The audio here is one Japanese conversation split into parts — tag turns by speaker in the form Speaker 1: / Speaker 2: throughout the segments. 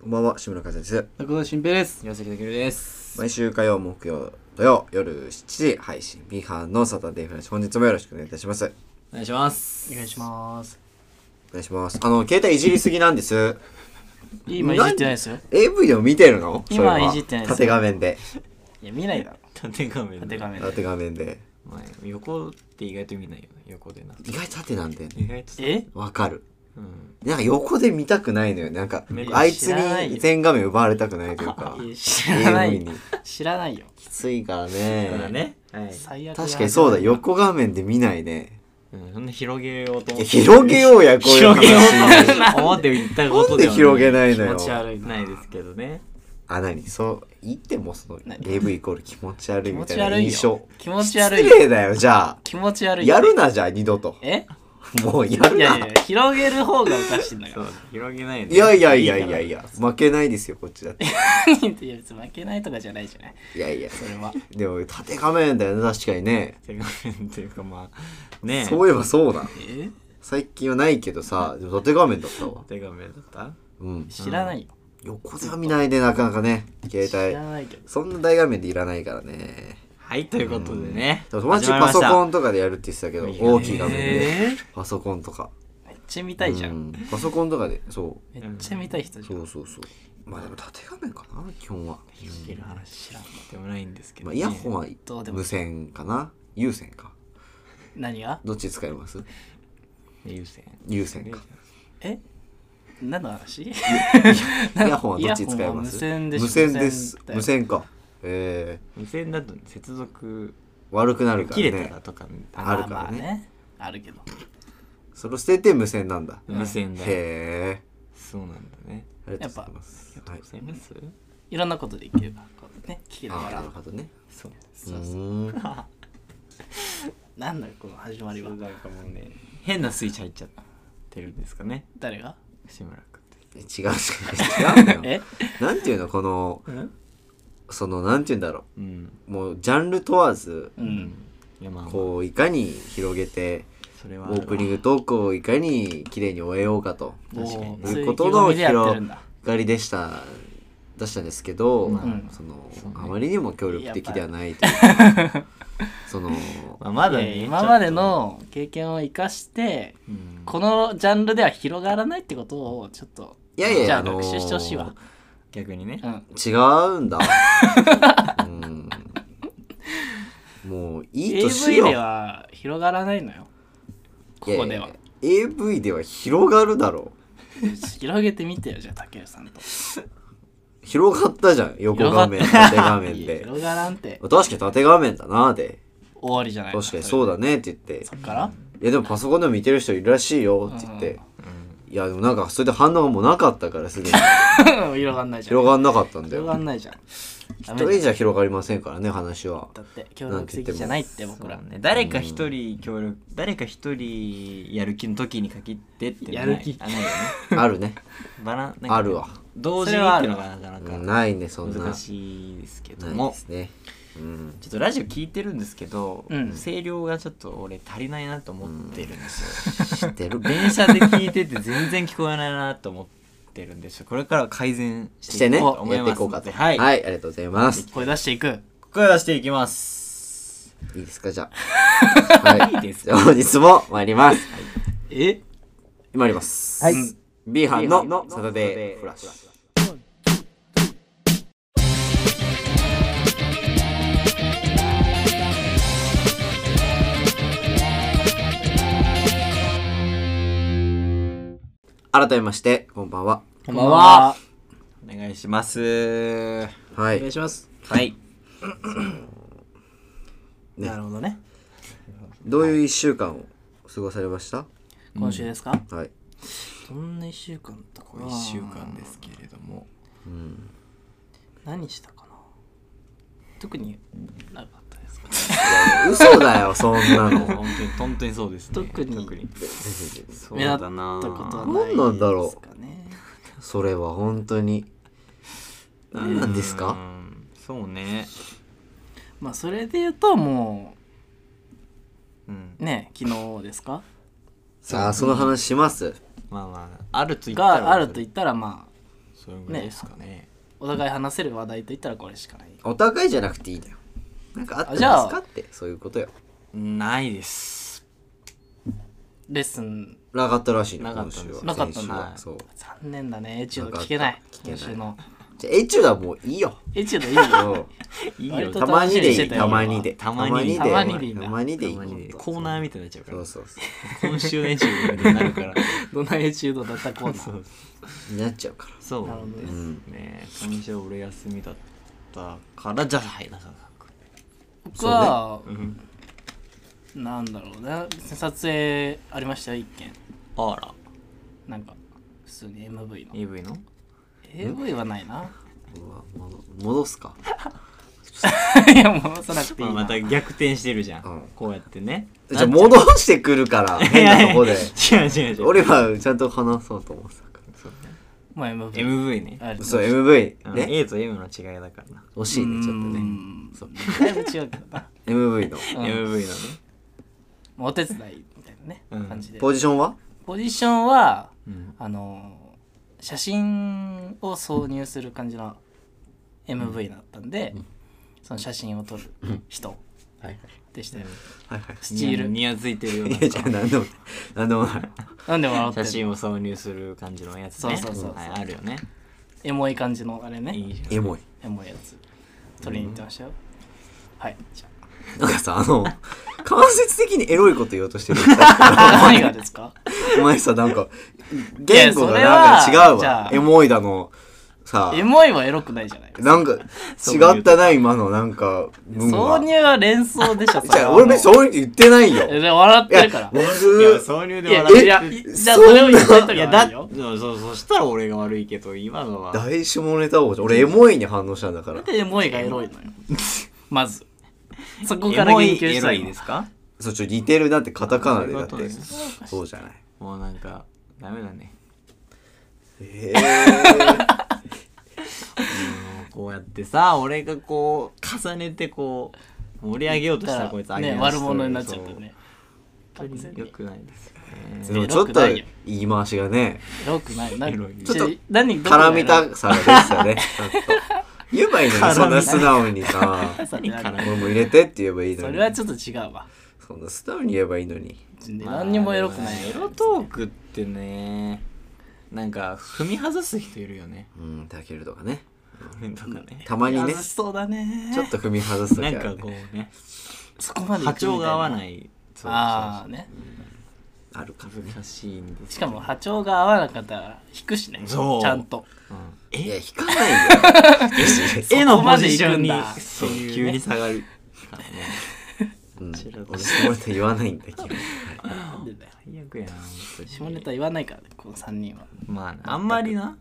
Speaker 1: こんばんは、志村和也です。
Speaker 2: 中田新平です。岩崎るです。
Speaker 1: 毎週火曜、木曜、土曜、夜7時配信、ビーハーのサタデーフラッシュ、本日もよろしくお願いいたします。
Speaker 2: お願いします。
Speaker 3: お願いします。
Speaker 1: お願いします。あの、携帯いじりすぎなんです。
Speaker 3: 今いじってないですよ。
Speaker 1: AV でも見てるの
Speaker 3: 今
Speaker 1: それはい
Speaker 3: じってないです
Speaker 1: 縦画面で。
Speaker 3: いや、見ないだろ。
Speaker 2: 縦画面。
Speaker 3: 縦画面で。
Speaker 1: 縦画面で。
Speaker 2: まあ横って意外と見ないよね。横でな。
Speaker 1: 意外と縦なんだよね。
Speaker 2: 意外とさ
Speaker 3: え
Speaker 1: わかる。
Speaker 2: うん。
Speaker 1: なんか横で見たくないのよ。なんか
Speaker 2: いや、
Speaker 1: あいつ
Speaker 3: 知らない
Speaker 1: に
Speaker 3: よ
Speaker 1: 全画面奪われたくないというか。
Speaker 3: いや知らな
Speaker 1: AV
Speaker 3: い
Speaker 1: に。。
Speaker 3: 知らないよ。
Speaker 1: きついからね。
Speaker 2: そうだ。ね。はい。
Speaker 3: 最悪
Speaker 1: 確かにそうだ。
Speaker 3: よ。
Speaker 1: 横画面で見ないね。
Speaker 2: うん、そんな広げようと
Speaker 1: いや、
Speaker 2: 思って。
Speaker 1: 広げようや、こういう
Speaker 3: 広げようと思って
Speaker 1: 話。
Speaker 2: 思って言ったこ
Speaker 1: な
Speaker 2: と
Speaker 1: ん
Speaker 2: で
Speaker 1: で
Speaker 2: は
Speaker 1: 広げない
Speaker 3: 気
Speaker 1: のよ
Speaker 3: 持。ち悪いな。
Speaker 2: ないですけどね。
Speaker 1: あ、なにそう、言ってもその
Speaker 3: 何
Speaker 1: AV イコール気持ち悪い
Speaker 3: 気
Speaker 1: み
Speaker 3: 持
Speaker 1: たい
Speaker 3: ち
Speaker 1: な
Speaker 3: 悪い
Speaker 1: 印象
Speaker 3: よ。。気持ち悪い
Speaker 1: 失
Speaker 3: よ。
Speaker 1: 礼だよ、じゃ
Speaker 3: 気持ち
Speaker 1: あ。
Speaker 3: 悪いよ。
Speaker 1: やるな、じゃあ、二度と。
Speaker 3: え
Speaker 1: もうや
Speaker 3: い
Speaker 1: る
Speaker 3: や
Speaker 1: な。
Speaker 3: いや
Speaker 1: い、
Speaker 3: 広げる方がおかしいんだか
Speaker 2: そう
Speaker 3: ら。、
Speaker 2: 広げないで。
Speaker 1: やいやいやいやいや、負けないですよ、こっちだって。
Speaker 3: 何って、いや、別に負けないとかじゃないじゃない。
Speaker 1: いやいや、
Speaker 3: それは。
Speaker 1: でも縦画面だよね、確かにね。
Speaker 2: 縦画面っていうかまあ、ねえ。
Speaker 1: そういえばそうだ。
Speaker 3: え
Speaker 1: 最近はないけどさ、でも縦画面だったわ。
Speaker 2: 縦画面だった
Speaker 1: うん。
Speaker 3: 知らないよ。
Speaker 1: 横では見ないで、なかなかね、携
Speaker 3: 知ら
Speaker 1: 帯。
Speaker 3: ないけど。
Speaker 1: そんな大画面でいらないからね。
Speaker 2: はい、ということでね。
Speaker 1: でも友達パソコ
Speaker 2: ン。
Speaker 1: ンとかでやるって言ってたけど、
Speaker 2: いいね
Speaker 1: 大きい画面で。パソコンとか。
Speaker 3: めっちゃ見たいじゃ。
Speaker 1: うんパソコンとかで、そう。
Speaker 3: めっちゃ見たい人じゃ
Speaker 1: そ
Speaker 3: ん。
Speaker 1: うそうそうまあでも縦画面かな基本は、
Speaker 2: 広げる話
Speaker 3: 知らん。
Speaker 2: でもないんですけど
Speaker 1: まあ、
Speaker 2: ね。
Speaker 1: イヤホンは
Speaker 3: どうでも
Speaker 1: 無線かな有線か
Speaker 3: 何が
Speaker 1: どっち使います
Speaker 2: 優先。
Speaker 1: 有線 か
Speaker 3: え何の話
Speaker 1: イヤホンはどっち使い
Speaker 3: イヤホン
Speaker 1: ま
Speaker 3: は
Speaker 1: す
Speaker 3: 無線でしょ
Speaker 1: 無線です
Speaker 3: 無線だ
Speaker 1: 無
Speaker 3: よ
Speaker 1: 線かえ
Speaker 2: 無線だと接続
Speaker 1: ー、悪くなるから
Speaker 2: 切れた
Speaker 1: ね
Speaker 2: らとか
Speaker 1: あるからね
Speaker 3: まあまあね。あるけど。
Speaker 1: それを捨てて無線なんだ
Speaker 2: 無線だ
Speaker 1: へえ
Speaker 2: そうなんだね
Speaker 1: ありがとうございます
Speaker 2: あ
Speaker 1: はい
Speaker 2: りがとうございます
Speaker 3: いろんなことできるから、こうね、聞ける
Speaker 1: あ
Speaker 3: か
Speaker 1: ーなる
Speaker 3: ら。
Speaker 1: ほどね
Speaker 2: そう
Speaker 1: う
Speaker 3: そうそう
Speaker 1: ーん
Speaker 3: なんだよ、この始まりは。
Speaker 2: なんかもうね変なスイッチ入っちゃってるんですかね
Speaker 3: 誰が
Speaker 2: 志村君って
Speaker 1: 違うじゃない違う のよ
Speaker 3: え
Speaker 1: なんていうのこの
Speaker 2: うん
Speaker 1: そのなんていうんだろ
Speaker 2: うん
Speaker 1: うもうジャンル問わず
Speaker 3: うん。
Speaker 2: いやまあまあ
Speaker 1: こういかに広げて
Speaker 2: それはあ
Speaker 1: オ
Speaker 2: るわ
Speaker 1: ープニングトークをいかに綺麗に終えようかと
Speaker 2: 確かに
Speaker 3: も
Speaker 1: といううことの
Speaker 3: そういう意気込みでやってるんだ。
Speaker 1: がりでした出したんですけど、
Speaker 2: うん
Speaker 1: その
Speaker 2: そうね
Speaker 1: あまりにも協力的ではないというかその
Speaker 2: まあまだ
Speaker 3: いや
Speaker 2: ね
Speaker 3: 今まで
Speaker 2: ちょっ
Speaker 3: の経験を生かして、
Speaker 2: とうん
Speaker 3: このジャンルでは広がらないってことを、ちょっと、
Speaker 1: いやいや
Speaker 3: じゃ
Speaker 1: あ
Speaker 3: あ
Speaker 1: のー
Speaker 3: 学習してほしいわ。
Speaker 2: 逆にね
Speaker 3: うん。
Speaker 1: 違うんだうんもういいとし
Speaker 3: AV
Speaker 1: よう
Speaker 3: では広がらないのよ。ここ
Speaker 1: い
Speaker 3: で
Speaker 1: やい
Speaker 3: は
Speaker 1: や。AV では広がるだろ
Speaker 3: 広げてみてよ、じゃあ、竹内さんと。
Speaker 1: う広がったじゃん横画面
Speaker 3: 広がっ
Speaker 1: 縦画面
Speaker 3: いや
Speaker 1: で
Speaker 3: 広がらんって
Speaker 1: 確かに縦画面だなで
Speaker 3: 終わりじゃない
Speaker 1: 確かにそうだねって言って
Speaker 3: そっから
Speaker 1: いやでもパソコンでも見てる人いるらしいよって言って、いやでもなんかそれで反応がもうなかったからすでに
Speaker 3: 広がんないじゃん。
Speaker 1: 広がんなかったんだ
Speaker 3: 広
Speaker 1: よ
Speaker 3: がんないじゃん。ダ
Speaker 1: 一
Speaker 3: メじゃん
Speaker 1: 人じゃ広がりませんからね話は
Speaker 3: だって協力的じゃないって僕ら
Speaker 2: そうね誰か一人協力誰か一人やる気の時に限ってってのはない
Speaker 3: やる気
Speaker 2: あないよね
Speaker 1: あるね
Speaker 2: バランなんかね
Speaker 1: あるわ
Speaker 2: 同時にっていうのがなかなか
Speaker 1: ないねそんな
Speaker 2: 難しいですけど
Speaker 1: ないで
Speaker 2: も
Speaker 1: すねうん
Speaker 2: ちょっとラジオ聞いてるんですけど、
Speaker 3: うん
Speaker 2: 声量がちょっと俺足りないなと思ってるんですよ、
Speaker 1: 知って る
Speaker 2: 電車で聞いてて全然聞こえないなと思ってるんでちょっとこれから改善
Speaker 1: し
Speaker 2: しててい
Speaker 1: ね
Speaker 2: こう
Speaker 1: や
Speaker 2: と思い
Speaker 1: ってい
Speaker 2: ます
Speaker 1: こう
Speaker 2: の
Speaker 1: か
Speaker 2: で
Speaker 1: と
Speaker 2: はい、
Speaker 1: はいありがとうございます
Speaker 3: 声出していく。
Speaker 2: 声出していきます
Speaker 1: いいですかじゃあはい
Speaker 2: いいです
Speaker 1: じゃあ本日も参ります
Speaker 3: え
Speaker 1: 参ります
Speaker 3: はい
Speaker 1: B 班のサタデーフラッシュ改めましてこんばんは
Speaker 3: こ
Speaker 2: んばんは。お願いします
Speaker 1: は
Speaker 3: お願い
Speaker 1: い
Speaker 3: します。
Speaker 2: はい
Speaker 1: ね
Speaker 3: なるほどね。
Speaker 1: どういう1週間を過ごされました
Speaker 3: 今週ですか
Speaker 1: はい
Speaker 3: そんな一週間とか
Speaker 2: これ1週間ですけれども
Speaker 1: うん
Speaker 3: 何したかな特になかったですか
Speaker 1: 嘘だよ そんな
Speaker 2: もう
Speaker 1: の
Speaker 2: 本当に本当にそうですね
Speaker 3: 特に
Speaker 2: そうだな
Speaker 3: 目立ったことは
Speaker 1: ど
Speaker 3: な
Speaker 1: う
Speaker 3: い
Speaker 1: なんだろう
Speaker 3: ですかね。
Speaker 1: それは本当に何なんです
Speaker 2: う
Speaker 1: か
Speaker 2: んそうね
Speaker 3: まあそれで言うとも
Speaker 2: うん
Speaker 3: うね昨日ですか
Speaker 1: さあその話します
Speaker 2: まあまああると言ったら
Speaker 3: があると言ったらまあ
Speaker 2: それぐらいですかね
Speaker 3: お互い話せる話題といったらこれしかない
Speaker 1: お互いじゃなくていいだよなんかあったんで
Speaker 3: あじゃあ
Speaker 1: すかってそういうことよ
Speaker 2: ないです
Speaker 3: レッスン
Speaker 1: なかったらしいの
Speaker 2: なかったんで
Speaker 1: 今週
Speaker 2: す
Speaker 1: は
Speaker 3: なかったん
Speaker 1: 先週
Speaker 3: だ
Speaker 1: は
Speaker 2: はい
Speaker 1: そう
Speaker 3: 残念だねエチュード聞けない
Speaker 1: けない
Speaker 3: 今週の
Speaker 1: じゃあエチュードはもういいよ
Speaker 3: エチュードいいよ
Speaker 1: うん
Speaker 2: いい
Speaker 3: 割
Speaker 2: よ
Speaker 3: と
Speaker 1: たまにでいいた
Speaker 3: た
Speaker 1: ま
Speaker 3: ま
Speaker 1: に
Speaker 3: に
Speaker 1: で
Speaker 3: で
Speaker 2: たまにでいい
Speaker 1: たま
Speaker 3: たまにでい
Speaker 1: にでいい
Speaker 3: いな
Speaker 2: たまに
Speaker 1: そう
Speaker 2: コーナーみたいになっちゃうか
Speaker 1: そう
Speaker 2: ら
Speaker 1: そうそ
Speaker 2: 今週のエンジンみたいになるから
Speaker 3: どんなエチュードだったコーナー
Speaker 1: うになっちゃうか
Speaker 2: そう
Speaker 3: なるほどね
Speaker 2: ですね今週は俺休みだったからじゃあはい中田
Speaker 3: 僕は、
Speaker 2: 君うん
Speaker 3: なんだろうね撮影ありましたよ一件
Speaker 2: あら
Speaker 3: なんか普通に MV の
Speaker 2: EV の
Speaker 3: AV はないな
Speaker 1: らうわ戻戻すか
Speaker 3: いや戻さなくていい
Speaker 2: まあ
Speaker 3: な、
Speaker 2: また逆転してるじゃん、
Speaker 1: うん
Speaker 2: こうやってね
Speaker 1: じゃあ戻してくるから変なとこで
Speaker 2: 違う違う違う
Speaker 1: 俺はちゃんと話そうと思ってたか
Speaker 3: まあ MV
Speaker 2: MV ね
Speaker 3: あれ
Speaker 1: らそう MV
Speaker 2: うん
Speaker 1: ね
Speaker 2: A と M の違いだからな
Speaker 1: 惜しいねちょっと
Speaker 3: う
Speaker 1: ね
Speaker 3: ん
Speaker 1: そう
Speaker 3: だいぶ違うけどな
Speaker 1: MV の
Speaker 3: うん
Speaker 2: MV のね
Speaker 3: まあお手伝いみたいなね、
Speaker 2: うん
Speaker 3: 感じで
Speaker 1: ポジションは
Speaker 3: ポジションは
Speaker 2: うん
Speaker 3: あのー写真を挿入する感じの MV だったんで、その写真を撮る人
Speaker 1: はい
Speaker 3: でしたよ、
Speaker 1: はいはい
Speaker 3: スチール
Speaker 2: にやにやついてるようない
Speaker 1: やじゃあ何でも何でもない
Speaker 3: なんで笑って
Speaker 2: 写
Speaker 3: る
Speaker 2: 真を挿入する感じのやつね
Speaker 3: そうそうそうそう
Speaker 2: はい、あるよね
Speaker 3: エモい感じのあれね
Speaker 2: いいじゃん
Speaker 1: エモい
Speaker 3: エモいやつ撮りに行ってましたよ、はいじゃ
Speaker 1: なんかさあ の間接的にエロいこと言おうとしてる
Speaker 3: あ何がですか
Speaker 1: お前さなんか言語が
Speaker 3: いや
Speaker 1: なんか
Speaker 3: そ
Speaker 1: 違
Speaker 3: れは
Speaker 1: う
Speaker 3: じゃ
Speaker 1: わ
Speaker 3: あ
Speaker 1: エモいだのさ
Speaker 3: エモいはエロくないじゃないですか
Speaker 1: なんか違ったな今のなんか文
Speaker 3: 挿
Speaker 1: は
Speaker 3: 入は連想でしょそ
Speaker 1: じ
Speaker 3: れ
Speaker 1: ゃ
Speaker 3: は
Speaker 1: あ俺別にそういうの言ってないよ
Speaker 3: えで笑っ
Speaker 1: い
Speaker 3: て
Speaker 1: や
Speaker 3: るから
Speaker 1: む
Speaker 2: いや
Speaker 1: ず
Speaker 2: 挿入で
Speaker 3: いや
Speaker 2: 笑
Speaker 3: いや
Speaker 2: って
Speaker 3: いじゃあそれを言っといた
Speaker 2: い
Speaker 3: ら
Speaker 2: や
Speaker 3: な
Speaker 2: だ
Speaker 3: いよ
Speaker 2: そうそうそしたら俺が悪いけど今のは
Speaker 1: 大下ネタ王じゃん俺エモいに反応したんだから
Speaker 3: なんでエモいがエロいのよまずそこ
Speaker 2: エ
Speaker 3: から
Speaker 2: モ
Speaker 3: 言
Speaker 2: い
Speaker 3: 及
Speaker 2: エ
Speaker 3: し
Speaker 2: ロ
Speaker 3: た
Speaker 2: い
Speaker 3: い
Speaker 2: で
Speaker 3: です
Speaker 2: すか
Speaker 1: そうちょ似てるだってカタカナでだっ
Speaker 2: そうい
Speaker 1: て
Speaker 2: うこと
Speaker 1: そうじゃない
Speaker 2: もうなんかダメだね
Speaker 1: え ー
Speaker 2: もうこうやってさ俺がこう重ねてこう盛り上げようとしたらこいつ上
Speaker 3: ね
Speaker 2: げ足
Speaker 3: 悪者になっちゃったね
Speaker 2: そう本当に良くないですよね
Speaker 1: でもちょっと言い回しがね
Speaker 3: エロくないな
Speaker 2: エロい
Speaker 1: ちょっと
Speaker 3: 何どこ
Speaker 1: 絡
Speaker 3: がエロい
Speaker 1: みたさが出てたねちょっと言えばいいのにそんな素直に さ
Speaker 3: さて何
Speaker 1: 俺も入れてって言えばいいの
Speaker 3: そ
Speaker 1: に
Speaker 3: れはちょっと違うわ
Speaker 1: そんな素直に言えばいいのに
Speaker 3: 何にもエロくない
Speaker 2: エロトークってねなんか踏み外す人いるよね
Speaker 1: うんタケルとかね
Speaker 2: 俺とかね
Speaker 1: たまにね
Speaker 3: 外しそうだね
Speaker 1: ちょっと踏み外す時あ
Speaker 2: な
Speaker 1: る
Speaker 2: ん
Speaker 1: ね
Speaker 2: かこうね
Speaker 3: そこまで行くみたいな
Speaker 2: 波長が合わないそう
Speaker 3: ああね
Speaker 1: あるか
Speaker 2: そうそう難しいんです
Speaker 3: しかも波長が合わなかったら引くしね
Speaker 2: そう
Speaker 3: ちゃんと
Speaker 2: うん
Speaker 1: いや引かない よ
Speaker 2: 絵のポジションに
Speaker 3: そこまで行くんだ
Speaker 2: そう
Speaker 3: っていうね
Speaker 2: 急に下がるからね
Speaker 1: うん、俺下ネタ言わないんだけど
Speaker 3: なんでだよ
Speaker 2: 最悪やな本当に
Speaker 3: 下ネタ言わないからねこの3人は
Speaker 2: まあねあんまりな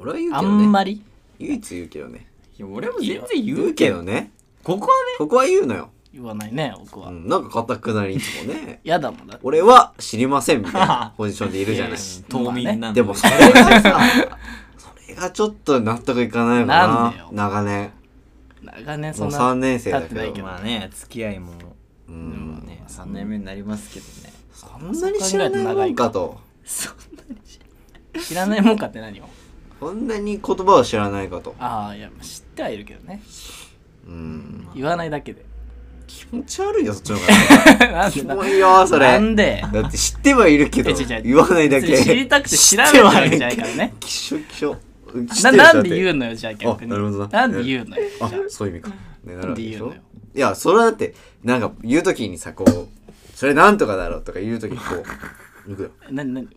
Speaker 1: 俺は言う
Speaker 3: あ
Speaker 1: けど
Speaker 3: ん
Speaker 1: ね
Speaker 3: まり
Speaker 1: 唯一言うけどね
Speaker 2: いや俺も全然言
Speaker 1: 言
Speaker 2: う
Speaker 1: うけ
Speaker 2: けど
Speaker 1: どね
Speaker 2: ここはね
Speaker 1: ここは言うのよ、
Speaker 3: 言わないね僕
Speaker 1: う
Speaker 3: は
Speaker 1: ん、なんか硬くなりいつもね
Speaker 3: 嫌だもんだって
Speaker 1: 俺は知りませんみたい なポジションでいるじゃない
Speaker 2: 冬眠なん
Speaker 1: でもそれがさそれがちょっと納得いかないか
Speaker 3: なん
Speaker 1: な
Speaker 3: でよ
Speaker 1: 長年
Speaker 3: 長年そ
Speaker 1: も
Speaker 3: ん
Speaker 1: う
Speaker 3: な
Speaker 1: 3年生だけ
Speaker 3: 経ってない
Speaker 1: ど
Speaker 3: けど
Speaker 2: まあね付き合いも
Speaker 1: う
Speaker 2: で
Speaker 1: ん
Speaker 2: もね3年目になりますけどね
Speaker 1: そんなに知らないもんかと
Speaker 3: そんなに知ら知らないもんかって何を
Speaker 1: そんなに言葉を知らないかと
Speaker 3: ああいや知ってはいるけどね
Speaker 1: うん
Speaker 3: 言わないだけで
Speaker 1: 気持ち悪いよそっちの方が
Speaker 3: なん
Speaker 1: キ
Speaker 3: で
Speaker 1: モいよそれ
Speaker 3: なんで
Speaker 1: だって知ってはいるけど
Speaker 3: え違う違う
Speaker 1: 言わないだけ
Speaker 3: 別に知りたくて調べてるわけじゃないからね
Speaker 1: きしょきしょ
Speaker 3: ななんで言う
Speaker 1: う
Speaker 3: のよじゃあ逆に
Speaker 1: あなるほどなん
Speaker 3: で言うのよ
Speaker 1: あそういう意味か、ね、なるわけでしょ
Speaker 3: なんで言うのよ
Speaker 1: いやそれはだってなんか言うときにさこうそれなんとかだろうとか言うときにこう抜くよ
Speaker 3: ななツ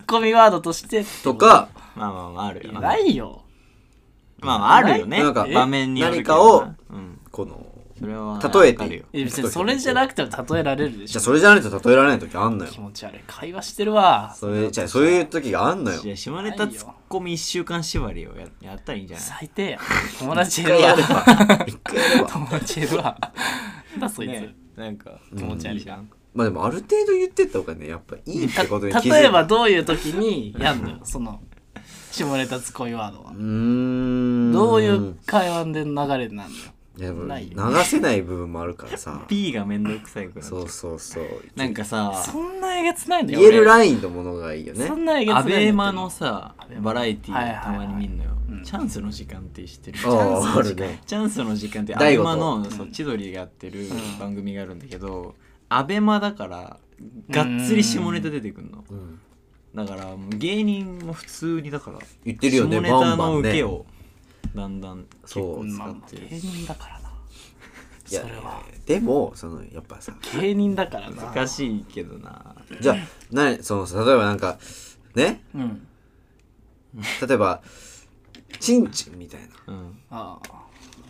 Speaker 3: ッコミワードとして
Speaker 1: とか
Speaker 2: まあまあまああるよ
Speaker 3: な
Speaker 2: ない
Speaker 3: よ
Speaker 2: まあまああるよね
Speaker 1: なんか
Speaker 2: 場面によるけど
Speaker 1: 何
Speaker 2: なうん
Speaker 1: この
Speaker 2: それは
Speaker 1: 例え
Speaker 2: わかる
Speaker 1: て
Speaker 2: よ
Speaker 3: え別にそれじゃなくても例えられるでし
Speaker 1: じゃ
Speaker 3: ょ
Speaker 1: あそれじゃないと例えられないときあんのよ
Speaker 3: 気持ち悪い会話してるわ
Speaker 1: それじゃあそういうときがあんのよ
Speaker 2: いや下ネタツッコミ1週間縛りをややったらいいんじゃない
Speaker 3: 最低や友達い
Speaker 1: 一
Speaker 3: る
Speaker 1: 回や
Speaker 3: わ
Speaker 1: れば一回やれば
Speaker 3: 友達いるわなんだそいつ、
Speaker 2: ねなんか
Speaker 3: 気持ち悪い
Speaker 2: じゃん
Speaker 1: まあでもある程度言ってった方がねやっぱいいってことに
Speaker 3: た
Speaker 1: 気づいた
Speaker 3: 例えばどういう時にやんのよその下ネタツッコミワードは
Speaker 1: うーん
Speaker 3: どういう会話で流れになるのよ
Speaker 1: いやでも
Speaker 3: ない
Speaker 1: 流
Speaker 3: よ
Speaker 1: せない部分もあるから さ
Speaker 2: P がめんどくさいくなっちゃ
Speaker 1: そううそうそう
Speaker 2: なんかさ
Speaker 3: そんなえげつないんだよ
Speaker 1: 言える
Speaker 3: 俺
Speaker 1: ラインのものがいいよね
Speaker 3: そんなえげつない
Speaker 2: ア
Speaker 3: んだよ
Speaker 2: ベマのさバラエティ
Speaker 3: はいはい
Speaker 2: ー
Speaker 3: はい
Speaker 2: たまに見んのよ、
Speaker 3: うん
Speaker 2: チャンスの時間って知ってる
Speaker 1: ああある
Speaker 2: チャンスの時間
Speaker 1: ね
Speaker 2: チャンスの時間ってア
Speaker 1: 大
Speaker 2: ベ
Speaker 1: 悟と
Speaker 2: マの
Speaker 3: ん
Speaker 2: そう千鳥がやってる
Speaker 3: ん
Speaker 2: 番組があるんだけどアベマだからがっつり下ネタ出てくんの
Speaker 1: うん
Speaker 2: だからもう芸人も普通にだから
Speaker 1: 言ってるよね
Speaker 2: 下ネタ
Speaker 1: バンバ
Speaker 2: の
Speaker 1: ン
Speaker 2: 受
Speaker 1: ね
Speaker 2: けをだんだん結構
Speaker 3: うんま
Speaker 2: 使
Speaker 3: あ
Speaker 2: っ
Speaker 3: まあ
Speaker 2: てる、
Speaker 3: 芸人だからな。
Speaker 1: いや
Speaker 3: それは。
Speaker 1: でもそのやっぱさ
Speaker 3: 芸人だからな。
Speaker 2: 難しいけどな
Speaker 1: じゃあなその例えばなんかね
Speaker 3: うん。
Speaker 1: 例えばチンチンみたいな
Speaker 2: うん
Speaker 3: ああ。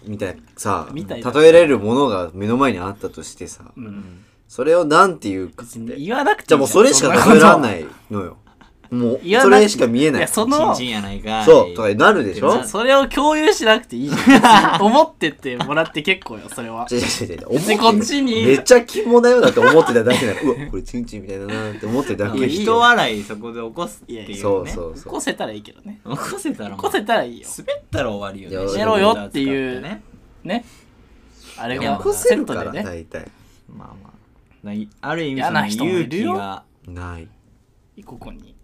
Speaker 1: みたいなさ
Speaker 3: みたいな
Speaker 1: 例えられるものが目の前にあったとしてさ
Speaker 3: うん。
Speaker 1: それをなんていうかっ
Speaker 3: 別
Speaker 1: て
Speaker 3: に
Speaker 1: じ
Speaker 3: 言わなくていい。
Speaker 1: ゃあもうそれしか例えられないいのよもう
Speaker 3: 言わ
Speaker 1: そ
Speaker 3: なく
Speaker 1: れしか見えない
Speaker 3: やそ
Speaker 1: そ
Speaker 2: チン
Speaker 3: の
Speaker 2: チンやないかいう
Speaker 1: とかになるでしょ
Speaker 2: な
Speaker 1: 違
Speaker 3: それを共有しなくていいじゃ ん。思ってってもらって結構よ、それは
Speaker 1: う。違う違う違う思
Speaker 3: 別にこっちに
Speaker 1: めっちゃ肝だよだって思ってただけなのうわこれチンチンみたいだなって思ってただけ
Speaker 2: 人笑いそこで起こすっていうね
Speaker 1: そうそうそ
Speaker 3: 起こ
Speaker 1: う
Speaker 3: せたらいいけどね。
Speaker 2: 起こせたら
Speaker 3: 起
Speaker 2: もう
Speaker 3: こせたらいいよ。
Speaker 2: 滑ったら終わりよ
Speaker 1: いや
Speaker 2: ね下
Speaker 1: や
Speaker 2: ネ
Speaker 1: ろう
Speaker 2: タ使
Speaker 3: よ
Speaker 2: っ
Speaker 3: ってていう
Speaker 2: ね
Speaker 3: ね。あれ
Speaker 2: いや
Speaker 3: が
Speaker 1: 起こせるか
Speaker 3: セ
Speaker 1: ら
Speaker 3: ットでね。
Speaker 1: 大体
Speaker 2: まあまあないある意味
Speaker 3: 嫌
Speaker 2: その
Speaker 3: な人も
Speaker 2: 勇
Speaker 3: いる
Speaker 2: 気
Speaker 3: よ
Speaker 2: が
Speaker 1: ない
Speaker 3: ここに。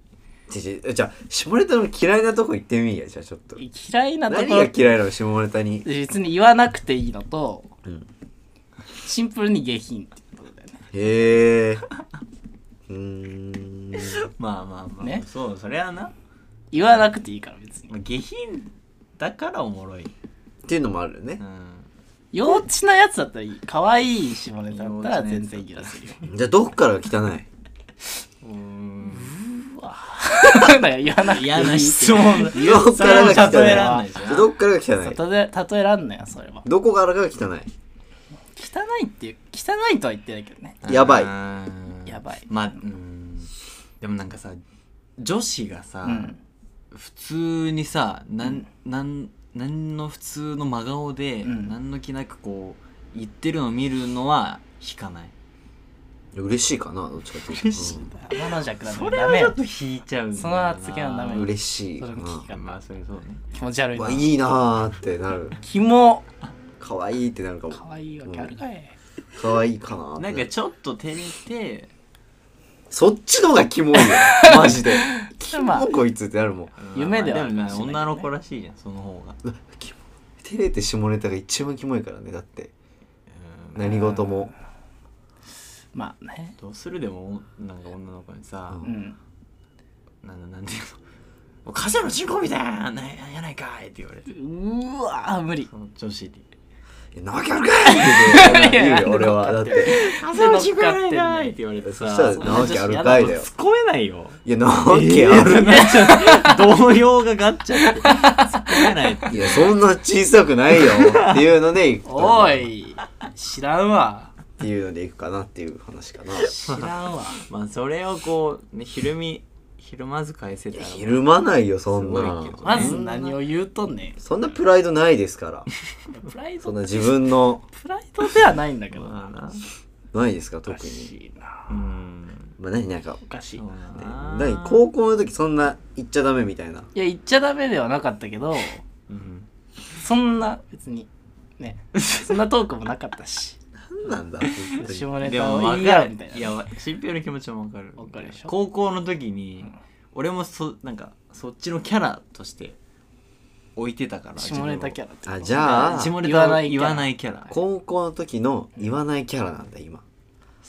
Speaker 1: ちちじゃあ下ネタの嫌いなとこ行ってみいやじゃあちょっと
Speaker 3: 嫌いなと
Speaker 1: 何
Speaker 3: こ
Speaker 1: が
Speaker 3: ろ
Speaker 1: 嫌いなの下ネタに
Speaker 3: 別に言わなくていいのと、
Speaker 1: うん
Speaker 3: シンプルに下品っていうことだよね。
Speaker 1: へえうーん
Speaker 2: まあまあまあ、
Speaker 3: ね
Speaker 2: そうそれはな
Speaker 3: 言わなくていいから別に。
Speaker 2: 下品だからおもろい、
Speaker 1: っていうのもあるよね
Speaker 2: う、ん、
Speaker 3: 幼稚なやつだったらいい。可愛い下ネタだったら全然ギラするよ。
Speaker 1: じゃあどっからが汚いう
Speaker 2: ーん
Speaker 3: だから言わなくていい。
Speaker 2: 嫌な質問だ
Speaker 1: どっからが汚い
Speaker 2: それは例えらんないじゃん
Speaker 1: どっからが汚い
Speaker 3: 例え例えらんのよ、それは。
Speaker 1: どこからが汚い
Speaker 3: 汚いっていう、汚いとは言ってないけどね。
Speaker 1: やばい
Speaker 2: い
Speaker 3: やばい
Speaker 2: まあうんでもなんかさ女子がさ、
Speaker 3: うん。
Speaker 2: 普通にさなん、なんなんの普通の真顔で、
Speaker 3: うん
Speaker 2: 何の気なくこう言ってるのを見るのは引かない
Speaker 1: 嬉しいかなどっちかっていうと
Speaker 2: 嬉しい
Speaker 3: 天の弱なん
Speaker 2: そ
Speaker 3: で
Speaker 2: れ
Speaker 3: ダ
Speaker 2: は
Speaker 3: メ
Speaker 2: ちょっ
Speaker 3: よ
Speaker 2: と。引いちゃうんだよな
Speaker 3: その発言はダメ
Speaker 1: うん嬉しいかな
Speaker 3: それも聞き
Speaker 2: まあまあそれそうね
Speaker 3: 気持ち悪いう
Speaker 1: わ
Speaker 3: な。
Speaker 1: いいなーってなる
Speaker 3: キモ。
Speaker 1: 可愛いってなるかも
Speaker 3: 可愛いわけあるかい。
Speaker 1: 可愛いかなーって
Speaker 2: なんかちょっと照れて
Speaker 1: そっちの方がキモい よマジでキ
Speaker 3: まあ
Speaker 1: モこいつってなるもん
Speaker 3: 夢では
Speaker 2: まあま
Speaker 3: ある
Speaker 2: あ
Speaker 3: かも
Speaker 2: で
Speaker 3: し
Speaker 2: も
Speaker 3: れないけどね
Speaker 2: 女の子らしいじゃんその方が
Speaker 1: うわキモ照れて下ネタが一番キモいからねだって
Speaker 2: うん
Speaker 1: 何事も
Speaker 3: まあね。
Speaker 2: どうするでもなんか女の子にさ
Speaker 3: う、ん。
Speaker 2: なんだなんていうの「もう風の人口みたいななやないかい」って言われて
Speaker 3: うわ無理。
Speaker 2: その女子に
Speaker 1: いやなわけあるかいって言うよ
Speaker 3: いや
Speaker 1: 俺はだって
Speaker 2: 「風の人口やないかい」って言われて
Speaker 1: そ
Speaker 2: さ
Speaker 1: したらなわけあるかいだよ
Speaker 2: 突っ込めないよ
Speaker 1: いやなわけあるか
Speaker 2: なっちゃう動揺ががっちゃって突っ込めない って
Speaker 1: いいやそんな小さくないよっていうので行くと
Speaker 3: おい。知らんわ。
Speaker 1: っていうので行くかなっていう話かな
Speaker 3: 知らんわ。
Speaker 2: まあそれをこう、ね、ひるみひるまず返せたら
Speaker 1: ひるまないよそん
Speaker 2: すごいけどね
Speaker 1: な
Speaker 3: まず何を言うとんねん。
Speaker 1: そんなプライドないですから
Speaker 3: プライ
Speaker 1: そ
Speaker 3: ド
Speaker 1: んな自分の
Speaker 3: プライドではないんだけど。
Speaker 2: まあな
Speaker 1: ないですか
Speaker 3: お
Speaker 1: 特
Speaker 3: か
Speaker 1: に
Speaker 3: しいな。
Speaker 2: うん
Speaker 1: まあ何なんか
Speaker 3: おかしい
Speaker 2: そう
Speaker 3: な。
Speaker 2: だな
Speaker 1: 何高校の時そんな言っちゃダメみたいない
Speaker 3: や、言っちゃダメではなかったけど、
Speaker 2: うん
Speaker 3: そんな、別に、ね、そんなトークもなかったし、
Speaker 1: 何なんだ本当に
Speaker 3: 下ネ
Speaker 2: で
Speaker 3: タ
Speaker 2: も
Speaker 3: を言
Speaker 2: 分
Speaker 3: い合
Speaker 2: か
Speaker 3: うみたい
Speaker 2: る
Speaker 3: な。
Speaker 2: いや新平の気持ちも分かる
Speaker 3: わかるでしょ
Speaker 2: 高校の時に俺もそなんかそっちのキャラとして置いてたから
Speaker 3: 下ネタキャ
Speaker 2: ラ
Speaker 3: ラって。
Speaker 1: あじゃあ
Speaker 2: 下ネ
Speaker 3: 言わ
Speaker 2: タ
Speaker 3: な
Speaker 2: を
Speaker 3: いキャラ
Speaker 2: 言わないキャラ
Speaker 1: 高校の時の言わないキャラなんだ今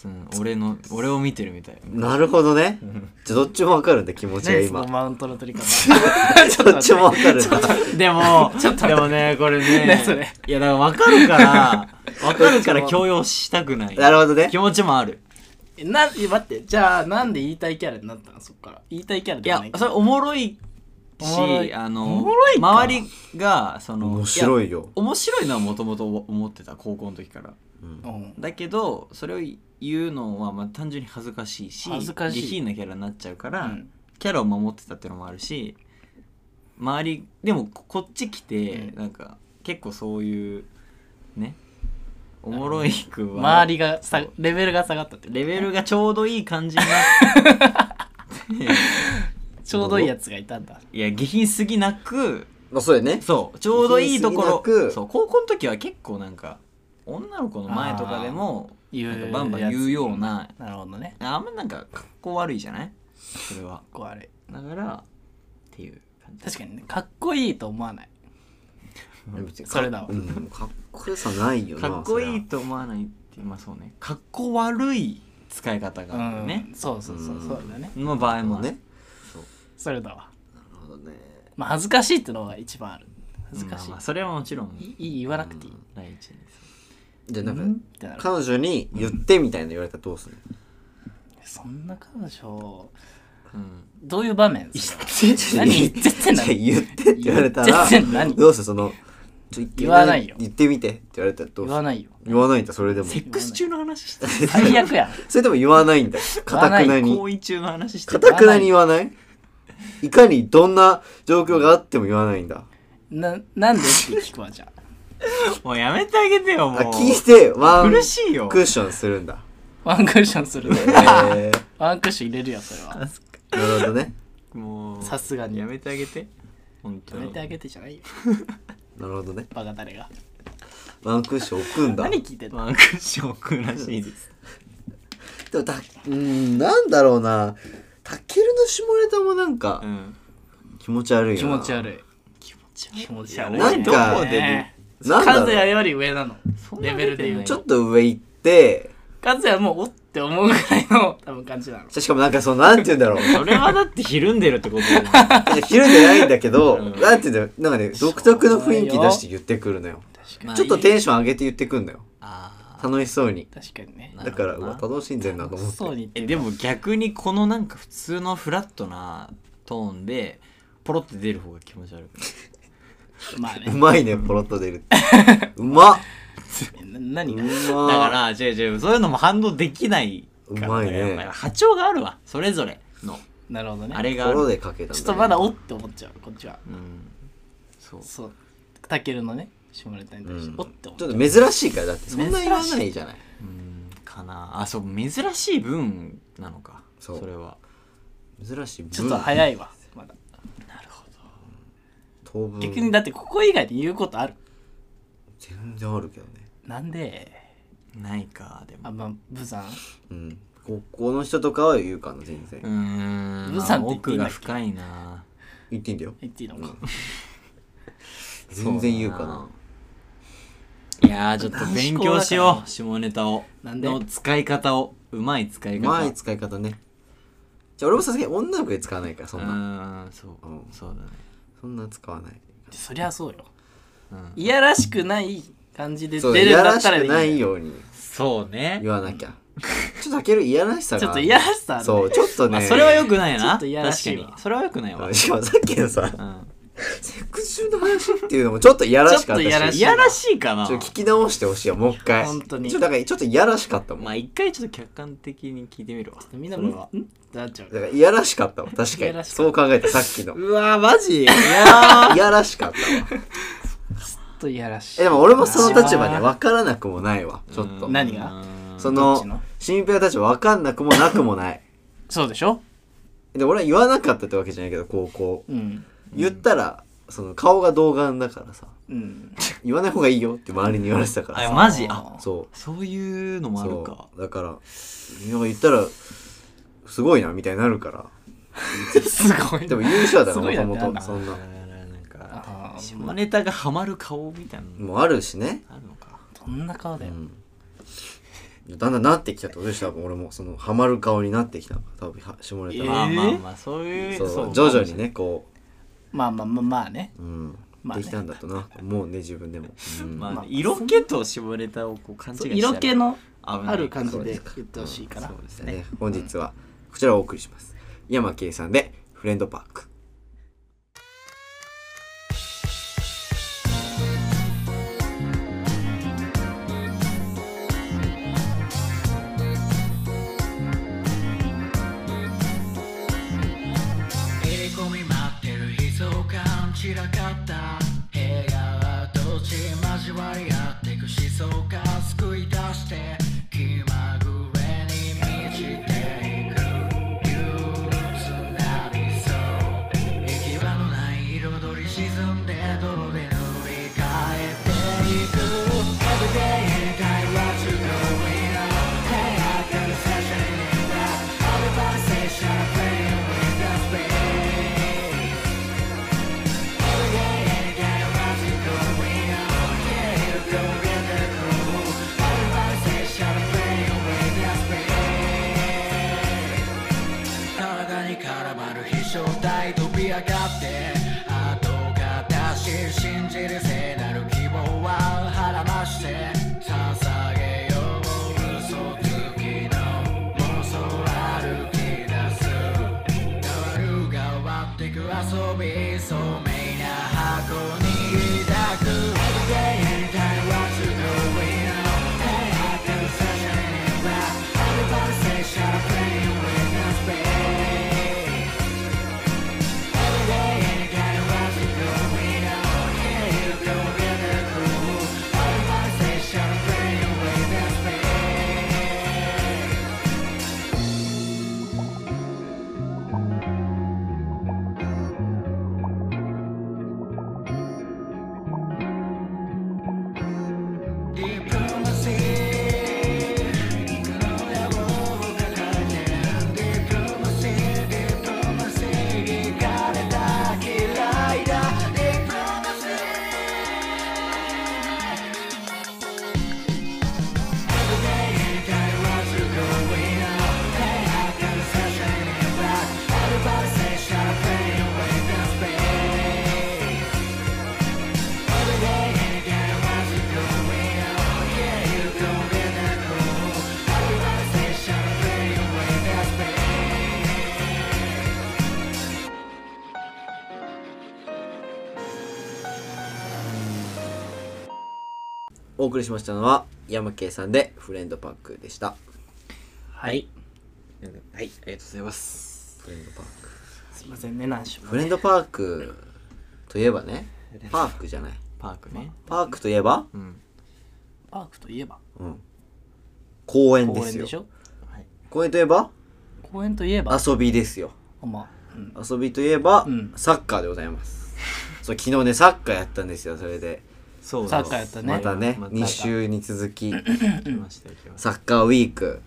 Speaker 2: うん俺の俺を見てるみたい
Speaker 1: なるほどねじゃあどっちもわかるんだ気持ちが
Speaker 3: 何そ
Speaker 1: 今
Speaker 3: のマウントの取り方。
Speaker 1: ど っちもわかるんだ
Speaker 2: で もでもねこれ ね
Speaker 3: 何それ
Speaker 2: いやだから分かるから分かるから強要したくない
Speaker 1: なるほどね
Speaker 2: 気持ちもある
Speaker 3: えな、え待って、じゃあ、なんで言いたいキャラになったのそっから。言いたいキャラ
Speaker 2: い
Speaker 3: では
Speaker 2: や
Speaker 3: ない
Speaker 2: それおもろい
Speaker 3: おもろい
Speaker 2: しあの
Speaker 3: おもろいか
Speaker 2: 周りがその
Speaker 1: 面白
Speaker 2: いや
Speaker 1: いよ
Speaker 2: 面白いのはもともと思ってた高校の時から
Speaker 3: うん
Speaker 2: だけどそれを言うのはまあ単純に恥ずかしいし
Speaker 3: 恥ずかしい
Speaker 2: 下品なキャラになっちゃうから、
Speaker 3: うん
Speaker 2: キャラを守ってたっていうのもあるし周りでもここっち来て、
Speaker 3: うん
Speaker 2: なんか結構そういうねおもろいくは
Speaker 3: 周りがさ、レベルが下がったって。
Speaker 2: レベルがちょうどいい感じに なって
Speaker 3: ちょうどいいやつがいたんだ。
Speaker 2: いや下品すぎなく
Speaker 1: まあそうやね
Speaker 2: そうちょうどいいところ
Speaker 1: 下品すぎなく
Speaker 2: そう高校の時は結構なんか女の子の前とかでも
Speaker 3: 言
Speaker 2: なんかバンバン言うような
Speaker 3: なるほどね。
Speaker 2: あんまなんか格好悪いじゃないそれは
Speaker 3: こうあれ。
Speaker 2: だからっていう
Speaker 3: 確かにねかっこいいと思わない
Speaker 1: 別にか
Speaker 3: それだわ
Speaker 1: うんかっこよさないよな
Speaker 2: かっこいい
Speaker 1: そ
Speaker 2: と思わないってまあそうねかっこ悪い使い方があるよね
Speaker 3: うん、そうそうそうそうだね
Speaker 2: の場合
Speaker 1: りゃ
Speaker 2: もね
Speaker 1: ね
Speaker 3: それだわ
Speaker 1: なるほどね
Speaker 3: まあ恥ずかしいってのが一番ある恥ずかしい、
Speaker 2: まあまあそれはもちろん
Speaker 3: いいい言わなくていい、
Speaker 2: 第一に
Speaker 1: じゃあ
Speaker 3: う、
Speaker 1: なんん
Speaker 3: ってな
Speaker 1: か
Speaker 3: る
Speaker 1: 彼女に言ってみたいな言われたらどうするの
Speaker 3: そんな彼女
Speaker 2: うん
Speaker 3: どういう場面それは何言ってってんだ
Speaker 1: いや言ってって言われたら
Speaker 3: 言ってって何
Speaker 1: どうするそのちょ一回
Speaker 3: 言わないよ
Speaker 1: 言ってみてって言われたらどうす
Speaker 3: 言
Speaker 1: る
Speaker 3: わないよ
Speaker 1: 言わないんだそれでも
Speaker 2: セックス中の話 して
Speaker 3: 最悪や
Speaker 1: それでも言わないんだかたくなに
Speaker 2: 行為中の話して
Speaker 1: かたくなに言わないいかにどんな状況があっても言わないんだ
Speaker 3: ななんでって聞くわじゃあ
Speaker 2: もうやめてあげてよ
Speaker 1: あ
Speaker 2: もう
Speaker 1: 聞いてワン
Speaker 2: 苦しいよ
Speaker 1: クッションするんだ
Speaker 3: ワンクッションするね
Speaker 1: えー
Speaker 3: ワンクッション入れるよそれは
Speaker 1: なるほどね
Speaker 2: もう
Speaker 3: さすがに
Speaker 2: やめてあげて本当
Speaker 3: 止め
Speaker 2: に
Speaker 3: てあげてじゃないよ
Speaker 1: なるほどね
Speaker 3: バカ誰が
Speaker 1: ワンクッション置くんだ
Speaker 3: 何聞いてんの
Speaker 2: ワンクッション置くらしいです
Speaker 1: でもたうーんなんだろうなたけるの下ネタもなんか
Speaker 2: うん
Speaker 1: 気持ち悪い
Speaker 3: 気
Speaker 1: よな
Speaker 3: 持ち悪い
Speaker 2: 気持ち
Speaker 3: 気
Speaker 2: 悪
Speaker 3: 持ち悪い
Speaker 2: いや
Speaker 1: なんか
Speaker 2: どこで
Speaker 3: ね
Speaker 1: なんだ
Speaker 3: カズ
Speaker 1: ろ
Speaker 3: ヤ
Speaker 1: う
Speaker 3: より上なの
Speaker 2: そんな
Speaker 3: レベ
Speaker 2: レベ
Speaker 3: ル
Speaker 2: ル
Speaker 3: で
Speaker 2: で
Speaker 3: 言
Speaker 2: 言
Speaker 3: う
Speaker 2: う
Speaker 1: ちょっと上行って
Speaker 3: カズヤもうおって思うぐらいの 多分感じなの
Speaker 1: しかもなんかそのなんて言うんだろう
Speaker 2: それはだってひるんでるってことだも ん
Speaker 1: いやひるんでないんだけど、
Speaker 2: うん
Speaker 1: なんて言うんだろうなんかね独特の雰囲気出して言ってくるのよ
Speaker 2: まあ
Speaker 1: ちょっとテンション上げて言ってくんのよ
Speaker 2: あー
Speaker 1: 楽しそうに
Speaker 3: 確かにね
Speaker 2: な
Speaker 1: だ
Speaker 2: る
Speaker 1: か
Speaker 2: ほ
Speaker 1: ら
Speaker 2: ど
Speaker 1: う
Speaker 2: な
Speaker 1: わ楽しんでんなと思って
Speaker 3: そうに言って
Speaker 2: え
Speaker 3: る
Speaker 2: でも逆にこのなんか普通のフラットなトーンでポロって出る方が気持ち悪くない
Speaker 3: まあね
Speaker 1: う まいねポロッと出るってうまっ
Speaker 3: な
Speaker 1: う
Speaker 3: 何が
Speaker 2: だか
Speaker 1: ま
Speaker 2: ら違う違うそういうのも反応できないから
Speaker 1: うまいね
Speaker 2: やっぱり波長があるわそれぞれの
Speaker 3: なるほどね
Speaker 2: あれ
Speaker 1: ポ
Speaker 2: がある
Speaker 1: ロでかけたんね
Speaker 3: ちょっとまだおって思っちゃうこっちは
Speaker 2: うんそう
Speaker 3: そうたけるのね下ネタに
Speaker 1: う
Speaker 3: 対し
Speaker 1: ん
Speaker 3: ておって思っ
Speaker 1: ち
Speaker 3: ちゃ
Speaker 1: ょ
Speaker 3: う
Speaker 1: っと珍しいからだってそんな言わないじゃない
Speaker 2: うんかなあそう珍しい分なのか
Speaker 1: そ
Speaker 2: そうれは
Speaker 1: 珍しい分
Speaker 3: ちょっと早いわまだ
Speaker 2: なるほど
Speaker 1: 当分
Speaker 3: 逆にだってここ以外で言うことある
Speaker 1: 全然あるけどね
Speaker 3: なんで
Speaker 2: ないかでも
Speaker 3: あ
Speaker 2: う
Speaker 3: まあブザン
Speaker 1: うんここの人とかは言うかな全然、
Speaker 2: ーん
Speaker 3: ブサン
Speaker 2: ま
Speaker 3: っ
Speaker 2: あ
Speaker 3: て言っていい
Speaker 2: 奥
Speaker 3: んだ
Speaker 2: が
Speaker 3: っけ
Speaker 2: 深い な
Speaker 1: 言っていいんだよ
Speaker 3: 言っていいのか
Speaker 1: 全然言うかない
Speaker 2: やーちょっと勉強しよ
Speaker 3: 男子校だから
Speaker 2: う下ネタを
Speaker 3: なんで
Speaker 2: の使い方をうまい使いう方
Speaker 1: まい使い方ねじゃあ俺もさすがに女の子で使わないからそんな
Speaker 2: うーんそう、
Speaker 1: うん
Speaker 2: そうだね
Speaker 1: そんな使わない
Speaker 3: そりゃそうよ
Speaker 2: うん
Speaker 3: いやらしくない感じで
Speaker 1: そう
Speaker 3: 出
Speaker 1: い
Speaker 3: るん
Speaker 1: や
Speaker 3: だ
Speaker 1: ら
Speaker 3: っ
Speaker 1: した
Speaker 3: ら
Speaker 1: く
Speaker 3: いい
Speaker 1: ないように
Speaker 2: そうね
Speaker 1: 言わなきゃちょっとたけるいやらしさが
Speaker 3: ちょっといやらしさあるね
Speaker 1: そうちょっと
Speaker 2: ま
Speaker 1: ね
Speaker 2: あそれはよくない
Speaker 3: ちょ
Speaker 2: な
Speaker 3: っといやらしいわ
Speaker 2: 確かにそれはよくないわ、
Speaker 1: しかもさっきのさ
Speaker 2: うん、
Speaker 1: セックス中の話っていうのもちょっといやらしかったし
Speaker 3: ちょっといやら
Speaker 2: い
Speaker 3: し
Speaker 2: やらしいかな
Speaker 1: ちょっと聞き直してほしいよもう一回
Speaker 3: 本当に
Speaker 1: ちょっとなんかちょっといやらしかったもん、
Speaker 2: まあ一回ちょっと客観的に聞いてみるわ
Speaker 3: みんな
Speaker 2: そ
Speaker 3: ん
Speaker 2: れ
Speaker 3: ん
Speaker 2: は
Speaker 3: ってなっちゃ
Speaker 1: だ
Speaker 3: う
Speaker 1: からいやらしかったわ確
Speaker 3: いや
Speaker 1: からに
Speaker 3: しかった
Speaker 1: そう考えてさっきの
Speaker 2: うわーマジいや
Speaker 1: いやらしかったわ
Speaker 3: ちょっといやらしい
Speaker 1: えでも俺もその立場ね分からなくもないわちょっと
Speaker 3: うん何が
Speaker 1: そ
Speaker 3: どっ
Speaker 1: の
Speaker 3: ちの
Speaker 1: 新平たちは分かんなくもなくも ない
Speaker 3: そうでしょ
Speaker 1: で俺は言わなかったってわけじゃないけど高校
Speaker 3: うん
Speaker 1: 言ったらその顔が童顔だからさ
Speaker 3: うん
Speaker 1: 言わない方がいいよって周りに言われてたから
Speaker 2: あ
Speaker 1: さ
Speaker 2: マジあ
Speaker 1: そう
Speaker 2: そういうのもあるか
Speaker 1: そうだからみんなが言ったらすごいなみたいになるから
Speaker 3: すごい
Speaker 1: でも優秀だ
Speaker 3: す
Speaker 1: か
Speaker 3: ごいな
Speaker 1: ら
Speaker 3: っ
Speaker 1: も
Speaker 3: て
Speaker 1: と
Speaker 3: な
Speaker 1: もと
Speaker 3: んだ
Speaker 1: そん
Speaker 2: だ
Speaker 1: な
Speaker 2: からなん
Speaker 3: あ
Speaker 2: か
Speaker 3: ー
Speaker 2: 下ネタがハマる顔みたいなの
Speaker 1: もうあるしね、
Speaker 2: あるのか
Speaker 3: どんな顔
Speaker 1: う
Speaker 3: だよ
Speaker 1: ん、だんだんなってきたってことでしょ多分俺もそのハマる顔になってきた多分は下ネタ
Speaker 3: え
Speaker 2: ま
Speaker 1: が、
Speaker 2: あまあまあそういう
Speaker 1: そう
Speaker 2: そう
Speaker 1: 徐々にねこ
Speaker 3: まあまあまあまあね
Speaker 1: う、うん
Speaker 3: まあね
Speaker 1: できたんだとな思うね自分でも、うん
Speaker 2: まあ
Speaker 3: まあ
Speaker 2: 色気と下ネタをこう勘違いしたら
Speaker 3: 色気の
Speaker 2: 危ない
Speaker 3: ある感じで言ってほしいから
Speaker 2: そうです
Speaker 1: ね
Speaker 2: ね
Speaker 1: 本日はこちらをお送りします山圭さんで「フレンドパーク」
Speaker 4: 入り込み待ってる悲壮感散らかった部屋はどっち交わり合ってく思想が救い出して気まぐれに満ちていく憂鬱な理想行き場のない彩り沈んで泥で塗り替えていく Everyday time what's going on Hey I got a session in that All the conversation playing with the space
Speaker 1: お送りしましたのは山系さんでフレンドパックでした
Speaker 3: はい
Speaker 2: はいありがとうございます
Speaker 1: フレンドパック
Speaker 3: すいませんね何種も
Speaker 1: フレンドパークといえばねパークじゃない
Speaker 2: パークね
Speaker 1: パークといえば、
Speaker 2: うん
Speaker 3: パークといえば
Speaker 1: うん、公園
Speaker 3: 公
Speaker 1: で
Speaker 3: 園
Speaker 1: すよ
Speaker 3: で
Speaker 1: 公
Speaker 3: し
Speaker 1: 園
Speaker 3: ょ
Speaker 1: といえば
Speaker 3: 公園といえば
Speaker 1: 遊びですよ
Speaker 3: ほんまうん
Speaker 1: 遊びといえば、
Speaker 3: うん
Speaker 1: サッカーでございますそう昨日ねサッカーやったんですよそれで
Speaker 2: そうです
Speaker 3: サッカーやったね
Speaker 1: またね、
Speaker 2: また
Speaker 1: 2週に続き
Speaker 2: 来ましたよ来ました
Speaker 1: サッカーウィーク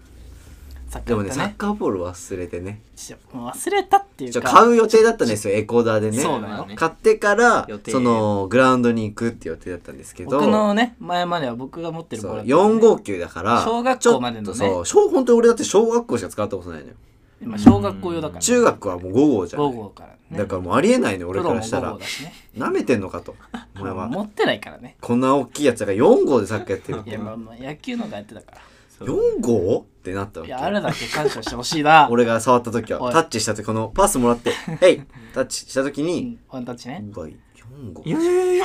Speaker 3: サッカ
Speaker 1: で
Speaker 3: ー
Speaker 1: も
Speaker 3: や
Speaker 1: ね
Speaker 3: った
Speaker 1: サッカーボール忘れてね
Speaker 3: ちょもう忘れたっていう
Speaker 1: ちょ
Speaker 3: か
Speaker 1: 買う予定だったんですよエコーダーでね
Speaker 3: そうだよ
Speaker 1: 買ってから
Speaker 2: 予定
Speaker 1: そのグラウンドに行くって予定だったんですけど
Speaker 3: 僕のね前までは僕が持ってる
Speaker 1: そ
Speaker 3: ボー
Speaker 1: う
Speaker 3: ル
Speaker 1: 4号球だから
Speaker 3: 小学校までのね
Speaker 1: ちょっとそう小本当に俺だって小学校しか使ったことないのよ
Speaker 3: 今小学校用だから
Speaker 1: 中学はもう5号じゃん
Speaker 3: 5号からね
Speaker 1: だからもうありえないね俺
Speaker 3: プ
Speaker 1: か
Speaker 3: ロも
Speaker 1: らした
Speaker 3: 5
Speaker 1: ら
Speaker 3: 号だしね
Speaker 1: なめてんの かとお前は
Speaker 3: 持ってないからね
Speaker 1: こんな大きいやつだから4号でサッカーやってるっ
Speaker 3: い
Speaker 1: て
Speaker 3: やまあまあ野球のがやってたか
Speaker 1: 4号ってなった
Speaker 3: ら
Speaker 1: わ
Speaker 3: い
Speaker 1: け
Speaker 3: やあれだけ感謝してほしいな
Speaker 1: 俺が触った時
Speaker 3: お
Speaker 1: はいタッチした時このパスもら って「へい!」タッチした時
Speaker 3: う
Speaker 1: に
Speaker 3: んワンタッ
Speaker 1: 「
Speaker 3: チね
Speaker 1: うわ4号」
Speaker 2: よよよ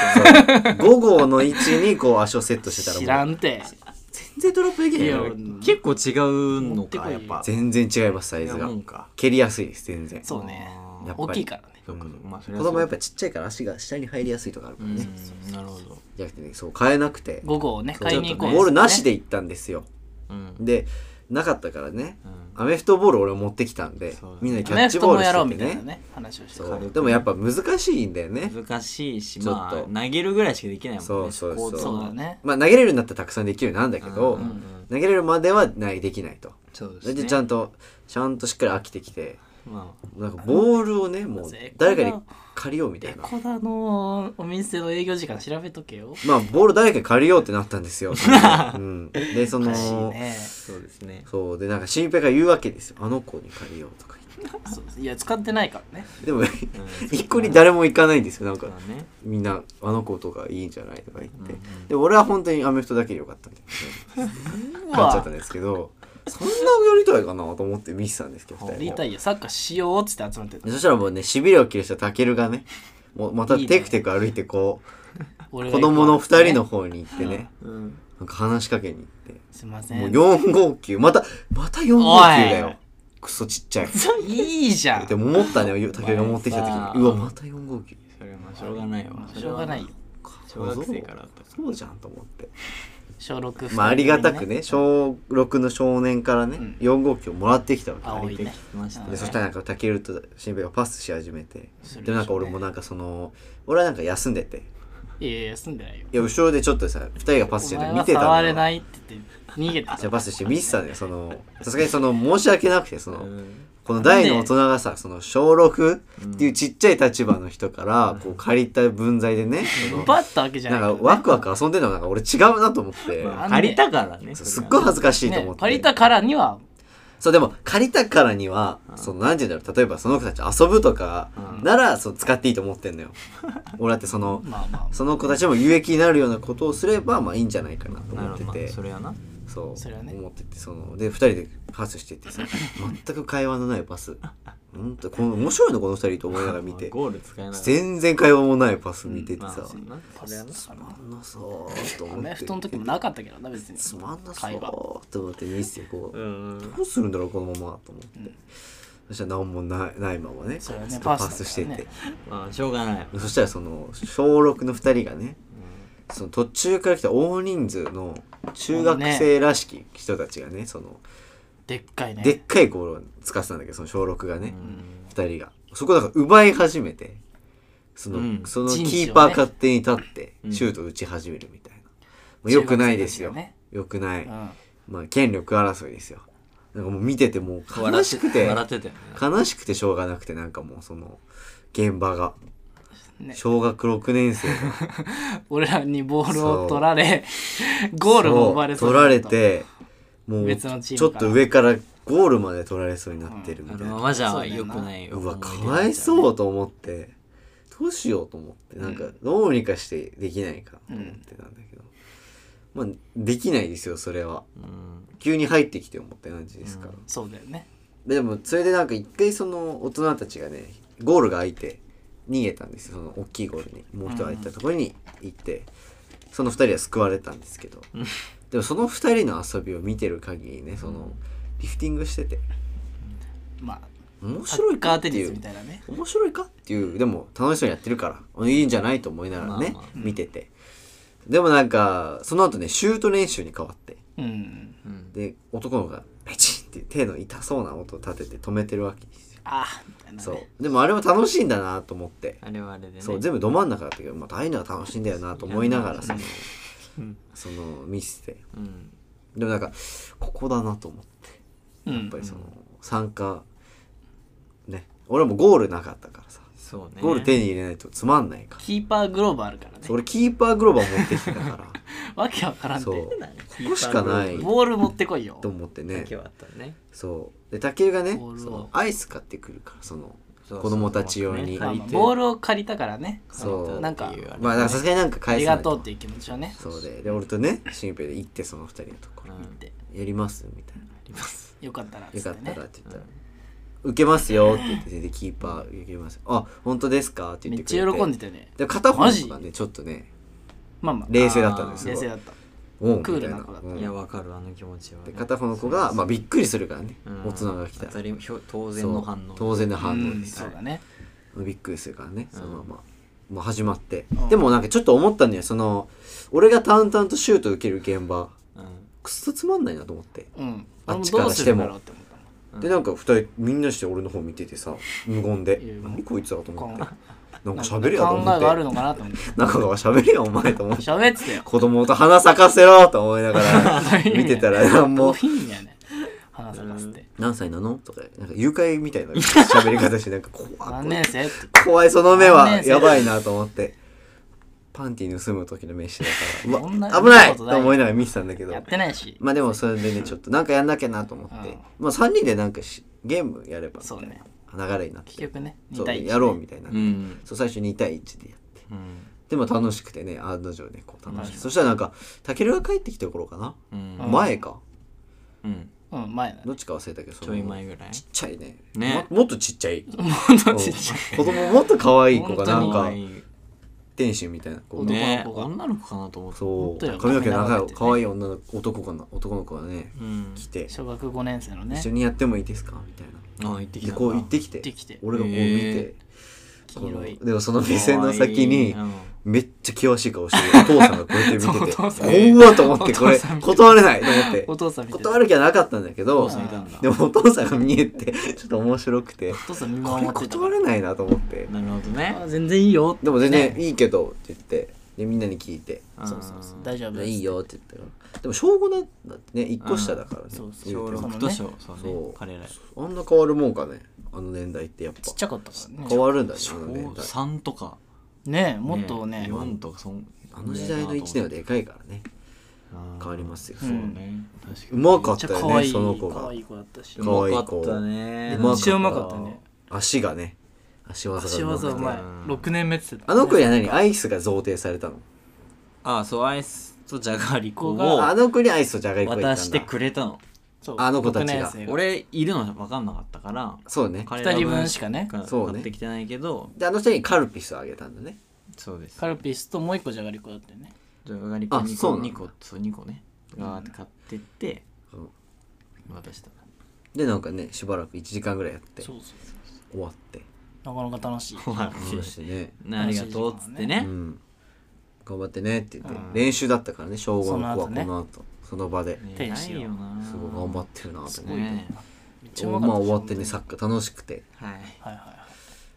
Speaker 1: 5号の位置にこう足をセットしてたらもう
Speaker 3: 知らんて
Speaker 1: 全然ドロップできない
Speaker 3: いや
Speaker 1: よ
Speaker 2: 結構違うの
Speaker 3: 持ってこ
Speaker 2: か
Speaker 3: い
Speaker 2: やっぱ
Speaker 1: 全然違いますサイ
Speaker 2: 違
Speaker 1: ズ
Speaker 2: う
Speaker 1: が
Speaker 2: もんか
Speaker 1: 蹴りやすいです全然
Speaker 3: そうね
Speaker 1: やっぱり
Speaker 3: 大きいからね
Speaker 2: そうかそうかまあそれ
Speaker 1: 子
Speaker 2: は
Speaker 1: 供やっ
Speaker 2: ぱ
Speaker 1: ぱちっちゃいから足が下に入りやすいとかあるか
Speaker 2: う
Speaker 1: らね
Speaker 2: んなるほど
Speaker 1: じゃなくてねそう買えなくて
Speaker 3: 5号をね
Speaker 1: そう
Speaker 3: 買いに行こう
Speaker 1: ボールなしで行ったんですよ
Speaker 2: うん
Speaker 1: でなかったからね
Speaker 2: うん
Speaker 1: アメフトボール俺持ってきたんで
Speaker 2: そうだね
Speaker 1: みんなでキ
Speaker 3: ア
Speaker 1: ャッ
Speaker 3: メ
Speaker 1: チ
Speaker 3: フ
Speaker 1: ボ
Speaker 3: ト
Speaker 1: ー
Speaker 3: も
Speaker 1: ル
Speaker 3: やろう
Speaker 1: し
Speaker 3: み
Speaker 1: て
Speaker 3: た
Speaker 1: て
Speaker 3: いな
Speaker 1: ね
Speaker 3: ね話をして
Speaker 1: そ
Speaker 3: た
Speaker 1: うでもやっぱ難しいんだよね
Speaker 2: 難しいし
Speaker 1: ちょっ
Speaker 2: まあ
Speaker 1: と
Speaker 2: 投げるぐらいしかできないもんね
Speaker 1: そうそうそう
Speaker 2: スポーツ
Speaker 3: そう
Speaker 2: の
Speaker 3: だね
Speaker 1: まあ投げれるようになったらたくさんできるようになるんだけど
Speaker 2: うんうんうん
Speaker 1: 投げれるまではないできないと
Speaker 2: そうです
Speaker 1: で
Speaker 2: ね
Speaker 1: ちゃんとちゃんとしっかり飽きてきて
Speaker 2: まあ
Speaker 1: なんかボールをねもう
Speaker 3: 絶
Speaker 1: 誰
Speaker 3: 対
Speaker 1: かに借りようみた
Speaker 3: エ
Speaker 1: いな
Speaker 3: コダのお店の営業時間調べとけよ
Speaker 1: まあボール誰かに借りようってなったんですよ、うん、でそ
Speaker 3: おかしい
Speaker 1: の
Speaker 3: ね
Speaker 2: そうですね
Speaker 1: そうでなんか新平が言うわけですよあの子に借りようとか言っ
Speaker 3: そういや使ってないからね
Speaker 1: てでも 一個に誰も行かないんですよなんか
Speaker 2: そうだね
Speaker 1: みんなあの子とかいいんじゃないとか言って、
Speaker 2: うん
Speaker 1: で俺は本当にアメフトだけでよかったみたいななっちゃったんですけどそんなやりたいかなと思って見てたんですけど
Speaker 3: や
Speaker 1: 2
Speaker 3: り
Speaker 1: 人
Speaker 3: た
Speaker 1: も
Speaker 3: いよサッカーしようっつって集まってた
Speaker 1: でそしたらもうねしびれを切るしたたけるがねもうまた
Speaker 3: いいね
Speaker 1: テクテク歩いてこう
Speaker 3: 俺が
Speaker 1: 子
Speaker 3: 行こう
Speaker 1: 供の2人の方に行ってね
Speaker 2: うん
Speaker 1: なんか話しかけに行って。
Speaker 3: すいません
Speaker 1: もう4号球またまた4号球だよクソちっちゃい
Speaker 3: いいじゃん
Speaker 1: でも思った ね竹が持ってきた時
Speaker 2: お前さ
Speaker 1: にうわまた4号球
Speaker 2: それはまあしょうがないわ
Speaker 3: しょうがないよ
Speaker 2: 小学生からだったから
Speaker 1: そうじゃんと思って
Speaker 3: 小6
Speaker 1: まあありがたくね小6の少年からね
Speaker 3: ん
Speaker 1: 4号球をもらってきたわ
Speaker 3: 青
Speaker 1: け
Speaker 3: い
Speaker 2: で
Speaker 3: ね
Speaker 2: きましたね
Speaker 1: でそしたらなんか竹ると新兵がパスし始めて
Speaker 3: するでし
Speaker 1: で
Speaker 3: ょうね
Speaker 1: もなんか俺もなんかその俺はなんか休んでて
Speaker 3: いやいや休んでないよ
Speaker 1: いや後ろでちょっとさ2人がパスし
Speaker 3: お
Speaker 1: てる
Speaker 3: 前
Speaker 1: の
Speaker 3: は
Speaker 1: 見てたん
Speaker 3: 触
Speaker 1: だ
Speaker 3: れ
Speaker 1: よ
Speaker 3: ないって言って逃げて
Speaker 1: じゃ
Speaker 3: た
Speaker 1: あパスして見てたんだよそのさすがにその申し訳なくてその、
Speaker 2: うん
Speaker 1: この大の大人がさその小6っていうちっちゃい立場の人からこう借りた分際でねその
Speaker 3: 奪ったわけじゃ
Speaker 1: な
Speaker 3: な
Speaker 1: ん
Speaker 3: いから
Speaker 1: か
Speaker 3: ね
Speaker 1: ワクワク遊んでるのがなんか俺違うなと思って
Speaker 2: ま
Speaker 3: あ
Speaker 2: あ
Speaker 3: んね
Speaker 2: 借りたからね
Speaker 1: すっごい恥ずかしいと思っ
Speaker 3: ね
Speaker 1: て
Speaker 3: 借りたからには
Speaker 1: そうでも借りたからにはそのなんて言うんだろう例えばその子たち遊ぶとかならそう使っていいと思ってんのよ俺だってその
Speaker 3: ま あまあ
Speaker 1: その子たちも有益になるようなことをすればまあいいんじゃないかなと
Speaker 2: なる
Speaker 1: 思
Speaker 2: ほ
Speaker 1: って
Speaker 2: どまあ
Speaker 1: て
Speaker 2: それはな
Speaker 1: そう
Speaker 3: それはね
Speaker 1: 思っててそので2人でパスしてってさ全く会話のないパス本当この面白いのこの2人と思いながら見て
Speaker 2: ゴール使えなかった
Speaker 1: 全然会話もないパス見てて
Speaker 2: まあ
Speaker 1: さ、
Speaker 2: そんなそれはな
Speaker 1: つまんなそうと
Speaker 3: ア
Speaker 1: 思って
Speaker 3: メフトの時もなかったけどな別に
Speaker 1: つまんなそ
Speaker 3: 会話
Speaker 1: うと思って見せてこう、
Speaker 2: うん
Speaker 1: どうするんだろうこのままと思って、そしたら何もないないままね
Speaker 3: そうだね
Speaker 1: ずっと
Speaker 3: パ
Speaker 1: パ
Speaker 3: ス
Speaker 1: ス
Speaker 3: だ
Speaker 1: してて、
Speaker 3: からね
Speaker 2: まあしょうがない
Speaker 1: そしたらその小6の2人がね、その途中から来た大人数の中学生らしき人たちがねその
Speaker 3: でっかいね
Speaker 1: でっかいゴールを使ってたんだけどその小6がね、二2人がそこだから奪い始めてその,、
Speaker 2: うん
Speaker 1: そのキ
Speaker 3: 陣地をね
Speaker 1: ーパー勝手に立って
Speaker 2: うん
Speaker 1: シュート打ち始めるみたいな、もう良くないですよ、
Speaker 3: 中学生たち
Speaker 1: 良くない、
Speaker 3: うん
Speaker 1: まあ権力争いですよなんかもう見ててもう
Speaker 2: 笑
Speaker 1: 悲
Speaker 2: っ
Speaker 1: してく て
Speaker 2: 笑ってたよね
Speaker 1: 悲しくてしょうがなくてなんかもうその現場が、
Speaker 3: ね
Speaker 1: 小学6年生が
Speaker 3: 俺らにボールを取られ ゴールも奪われ
Speaker 1: そ
Speaker 3: そうう
Speaker 1: 取ら
Speaker 3: だ
Speaker 1: れ
Speaker 3: った
Speaker 1: てもう
Speaker 3: 別のチー
Speaker 1: ちょ
Speaker 3: ム
Speaker 1: っ
Speaker 3: から
Speaker 1: と上からゴールまで取られそうになってるみ
Speaker 2: あ
Speaker 1: たいな、
Speaker 2: のままじゃ良くないよ
Speaker 1: うわかわいそうと思ってどうしようと思ってなんかどうにかしてできないかと思ってたんだけど、まあできないですよそれは
Speaker 2: うん
Speaker 1: 急に入ってきて思った感じですから、
Speaker 3: そうだよね
Speaker 1: でもそれでなんか一回その大人たちがねゴールが空いて逃げたんですよその大きいゴールにもう一人空いたところに行って、その2人は救われたんですけどでもその2人の遊びを見てる限りねそのリフティングしてて
Speaker 3: まあ
Speaker 1: 面
Speaker 3: サ
Speaker 1: 白
Speaker 3: ッ
Speaker 1: い
Speaker 3: カ
Speaker 1: か
Speaker 3: ー
Speaker 1: って
Speaker 3: テニ
Speaker 1: い
Speaker 3: ス
Speaker 1: う
Speaker 3: みたいなね
Speaker 1: 面白いかっていうでも楽しそうにやってるからいいんじゃないと思いながらね、
Speaker 2: まあまあ
Speaker 1: 見ててでもなんかその後ねシュート練習に変わって
Speaker 3: うん
Speaker 2: うん
Speaker 1: で男の子がペチンって手の痛そうな音を立てて止めてるわけですよ
Speaker 3: ああみたいなね
Speaker 1: そうでもあれは楽しいんだなと思って
Speaker 2: あれはあれでね
Speaker 1: そう全部ど真ん中だったけど、まあ、ああいうのが楽しいんだよなと思いながらその
Speaker 2: うん
Speaker 1: その見せて
Speaker 2: うん
Speaker 1: でもなんかここだなと思って
Speaker 3: うん
Speaker 1: やっぱりその参加ね俺もゴールなかったからさ
Speaker 2: そうね
Speaker 1: ゴール手に入れないとつまんないから、
Speaker 3: キーパーグローブあるからね
Speaker 1: そう俺キーパーグローバー持ってきてた か
Speaker 3: わけわから
Speaker 1: ら
Speaker 3: ん
Speaker 1: そう
Speaker 3: て
Speaker 1: ここしかない
Speaker 3: ボール持ってこいよ
Speaker 1: と思って
Speaker 2: だ
Speaker 1: ね
Speaker 2: けはあったね
Speaker 1: そうで竹がね
Speaker 3: ボールを
Speaker 1: そのアイス買ってくるからその子供たち用に
Speaker 3: まあ
Speaker 2: 借
Speaker 3: ま
Speaker 2: り
Speaker 3: あ
Speaker 2: て
Speaker 3: ボールを借りたからね
Speaker 1: そう
Speaker 3: なんか
Speaker 1: まあだからさすがになんか
Speaker 3: あ
Speaker 1: 返
Speaker 3: り
Speaker 1: さな
Speaker 3: が
Speaker 1: いと
Speaker 3: とうっていう気持ちをね
Speaker 1: そうでで俺とね新平で行ってその二人のところ
Speaker 2: うん
Speaker 3: って
Speaker 1: やりますみたいな
Speaker 2: あります
Speaker 3: よかったらっつ
Speaker 1: よか
Speaker 3: っ
Speaker 1: ってた
Speaker 3: ね
Speaker 1: らって言ったら「受けますよ」って言ってでキーパー受けます「あ本当ですか?」って
Speaker 3: め
Speaker 1: 言っ
Speaker 3: って
Speaker 1: くれ
Speaker 3: ち
Speaker 1: て
Speaker 3: ゃ喜んでたよね
Speaker 1: で片方
Speaker 3: マ
Speaker 1: と
Speaker 3: ジ
Speaker 1: かねちょっとね
Speaker 3: まあまあ
Speaker 1: 冷静だったん
Speaker 2: あ
Speaker 1: で
Speaker 2: ー
Speaker 1: すごい
Speaker 3: 冷静だった
Speaker 1: おう
Speaker 3: クー
Speaker 1: み
Speaker 3: ル
Speaker 1: たい
Speaker 3: な
Speaker 1: な
Speaker 3: 子だった
Speaker 1: うん
Speaker 2: いやわかるあの気持ちはね
Speaker 1: で片方の子がまあびっくりするからね
Speaker 2: うん
Speaker 1: 大人が来た
Speaker 2: 当
Speaker 1: ら
Speaker 2: たりひょ当然の反
Speaker 1: そ
Speaker 2: 応
Speaker 1: う当然の反
Speaker 3: う
Speaker 1: 応
Speaker 3: ん
Speaker 1: です
Speaker 3: そうだね
Speaker 1: びっくりするからね
Speaker 2: うん
Speaker 1: そのままもう始まって
Speaker 3: うん
Speaker 1: でもなんかちょっと思ったんだよその俺が淡々とシュート受ける現場
Speaker 2: うん
Speaker 1: くっそつまんないなと思って
Speaker 3: うん
Speaker 1: あっちか
Speaker 3: 俺ど
Speaker 1: ら
Speaker 3: うす
Speaker 1: して
Speaker 3: るん
Speaker 1: も
Speaker 3: だろうって思ったの
Speaker 2: うん
Speaker 1: でなんか二人みんなして俺の方見ててさ無言で
Speaker 3: いや
Speaker 1: 何こいつだと思って
Speaker 3: わ
Speaker 1: なんか喋れやと
Speaker 3: 考え
Speaker 1: 思って
Speaker 3: があるのかなと思って
Speaker 1: 中川喋れよお前と思って
Speaker 3: 喋ってたよ
Speaker 1: 子供と花咲かせろと思いなが ら見てたら何
Speaker 3: も
Speaker 1: も
Speaker 3: ういいんだよね花咲かせて
Speaker 1: 何歳なのとかなんか誘拐みたいな喋り方してなんか怖い
Speaker 3: 何年生って
Speaker 1: 怖いその目
Speaker 3: 何
Speaker 1: は
Speaker 3: 年生
Speaker 1: やばいなと思ってパンティー盗む時の飯だから
Speaker 3: そ
Speaker 1: うん
Speaker 3: な
Speaker 1: わ危ない
Speaker 3: そんなこと
Speaker 1: と
Speaker 3: ない
Speaker 1: 思いながら見てたんだけど
Speaker 3: やってないし
Speaker 1: まあでもそれでねちょっとなんかやんなきゃなと思って、
Speaker 3: うん
Speaker 1: まあ3人でなんかしゲームやれば
Speaker 3: そうね
Speaker 1: 流れになって
Speaker 3: 結局ね
Speaker 1: そ
Speaker 3: 2
Speaker 1: う
Speaker 3: 対1
Speaker 1: やろうみたいな、
Speaker 2: うん
Speaker 1: そう最初2対1でやって
Speaker 2: うん
Speaker 1: でも楽しくてね案の定ねこう楽しく
Speaker 3: う
Speaker 1: て
Speaker 3: ん
Speaker 1: そしたらなんかたけるが帰ってきた頃かな、
Speaker 2: うん
Speaker 3: うん
Speaker 1: 前か
Speaker 2: うん
Speaker 3: うん前だね
Speaker 1: どっちか忘れたけどそ
Speaker 2: ちょい前ぐらい
Speaker 1: ちっちゃいね
Speaker 2: ね
Speaker 1: ももっとちっちゃい
Speaker 3: 本当ちっちゃい
Speaker 1: 子供もっと可愛い子がな
Speaker 3: 本当
Speaker 1: ん
Speaker 3: に
Speaker 1: か
Speaker 2: ね
Speaker 1: 天使みたいな子が
Speaker 2: 女
Speaker 3: ね
Speaker 2: の子女の子かなと思った
Speaker 1: そ
Speaker 3: 本当
Speaker 1: う
Speaker 3: よ
Speaker 1: 髪の毛
Speaker 3: 髪
Speaker 1: 長
Speaker 3: 長く
Speaker 1: い
Speaker 3: てね
Speaker 1: 可愛い女の男かな男の子がね
Speaker 2: うん
Speaker 1: 来て
Speaker 3: 小学5年生のね
Speaker 1: 一緒にやってもいいですかみたいな
Speaker 2: あ行ってき
Speaker 1: で
Speaker 2: た
Speaker 1: こう行ってき
Speaker 3: 行
Speaker 1: て
Speaker 3: ってきて
Speaker 1: 俺がこう見て
Speaker 2: へ
Speaker 1: こ
Speaker 3: 黄
Speaker 1: の
Speaker 3: 色い
Speaker 1: でもその目線の先に
Speaker 2: 可愛いうん
Speaker 1: めっちゃ険しい顔してるお父さんがこうやって見てて
Speaker 3: そうお父さ
Speaker 2: ん
Speaker 1: 怖っと思ってこ
Speaker 3: お
Speaker 1: れ
Speaker 3: 父さん見て
Speaker 1: 断れないと思って
Speaker 3: お父さんみたいな
Speaker 1: 断る気はなかったんだけど
Speaker 2: お父さんいたんだ
Speaker 1: でもお父さんが見えてちょっと面白く て
Speaker 3: お父さん見
Speaker 1: こ
Speaker 3: 守
Speaker 1: れ
Speaker 3: ってた
Speaker 1: 断れないなと思って
Speaker 2: なるほどね
Speaker 3: あ全然いいよ
Speaker 1: でも全然いいけどって言ってでみんなに聞いて
Speaker 3: そうそうそう
Speaker 2: 大
Speaker 3: 大丈夫
Speaker 1: いいよって言ったからでも小5なんだってね1個下だからね
Speaker 3: そうそう
Speaker 1: 言
Speaker 2: 小
Speaker 1: うても
Speaker 2: 六と小そう
Speaker 1: そ
Speaker 2: ね
Speaker 1: う
Speaker 2: 彼ら
Speaker 1: あんな変わるもんかねあの年代ってやっぱ
Speaker 3: ちっちゃかったからね
Speaker 1: 変わるんだねあ
Speaker 2: 小
Speaker 1: の年代
Speaker 2: 3とか
Speaker 3: ねえもっとね
Speaker 2: 4とかそん
Speaker 1: あの時代の1年はでかいからね
Speaker 2: 変
Speaker 1: 変わりますよ、
Speaker 3: う
Speaker 2: そ
Speaker 1: うん
Speaker 2: う
Speaker 3: ね
Speaker 2: ね確かに
Speaker 1: まか
Speaker 3: め
Speaker 1: っ
Speaker 3: っちゃ
Speaker 1: た
Speaker 3: 可
Speaker 1: よ
Speaker 3: 愛
Speaker 1: ね
Speaker 3: い
Speaker 1: その子
Speaker 3: 可
Speaker 1: が
Speaker 3: 愛い子だったし
Speaker 1: 可愛い子
Speaker 2: うまかったね
Speaker 1: うまかった
Speaker 3: めっちゃうまかったね
Speaker 1: 足がね足技
Speaker 3: 足
Speaker 1: が上手
Speaker 3: 技
Speaker 1: く
Speaker 3: う
Speaker 1: て
Speaker 3: まい
Speaker 2: うん
Speaker 3: 6年目って言ってた
Speaker 1: あの子には何アイスが贈呈されたの
Speaker 2: あそうアイスとじゃがりこ
Speaker 3: お
Speaker 1: あ
Speaker 2: を
Speaker 1: の子にアイスとじゃがりこがいたん
Speaker 2: 渡
Speaker 1: だ
Speaker 2: してくれたの
Speaker 3: そう
Speaker 1: あの子たちが
Speaker 3: 6年生
Speaker 2: 俺いるの分かんなかったから
Speaker 1: そうね
Speaker 2: 彼ら
Speaker 3: 2人分しかね
Speaker 2: 買
Speaker 1: そうね
Speaker 2: ってきてないけど
Speaker 1: であの人にカルピスをあげたんだね
Speaker 2: そうです
Speaker 3: カルピスともう一個じゃがりこだったよね
Speaker 2: じゃがりこ
Speaker 1: あ
Speaker 2: 2
Speaker 1: そうな
Speaker 2: 個
Speaker 1: んだ
Speaker 2: 2個そう2個ねが買ってって
Speaker 1: うん
Speaker 2: 渡した
Speaker 1: でなんかねしばらく1時間ぐらいやって
Speaker 3: そう
Speaker 1: 終
Speaker 3: そう
Speaker 1: わって
Speaker 3: なかなか楽しい
Speaker 2: 終わって
Speaker 1: そしてね
Speaker 2: ねありがとうっつってね
Speaker 1: うん、頑張ってねって言って、
Speaker 2: うん
Speaker 1: 練習だったからね小5の子は
Speaker 3: その後
Speaker 1: こ
Speaker 3: ね
Speaker 1: の後その場で、
Speaker 2: ね
Speaker 3: 天使よ
Speaker 2: 偉いよな
Speaker 1: すごい頑張ってるなと
Speaker 2: す
Speaker 1: 思
Speaker 2: ご
Speaker 1: っ
Speaker 2: い
Speaker 1: て、
Speaker 2: ね
Speaker 3: めっちゃう
Speaker 1: お
Speaker 3: まか
Speaker 1: ま
Speaker 3: っ
Speaker 1: あ
Speaker 3: たし
Speaker 1: 終わってねサッカー楽しくて
Speaker 2: はい
Speaker 3: はいはいは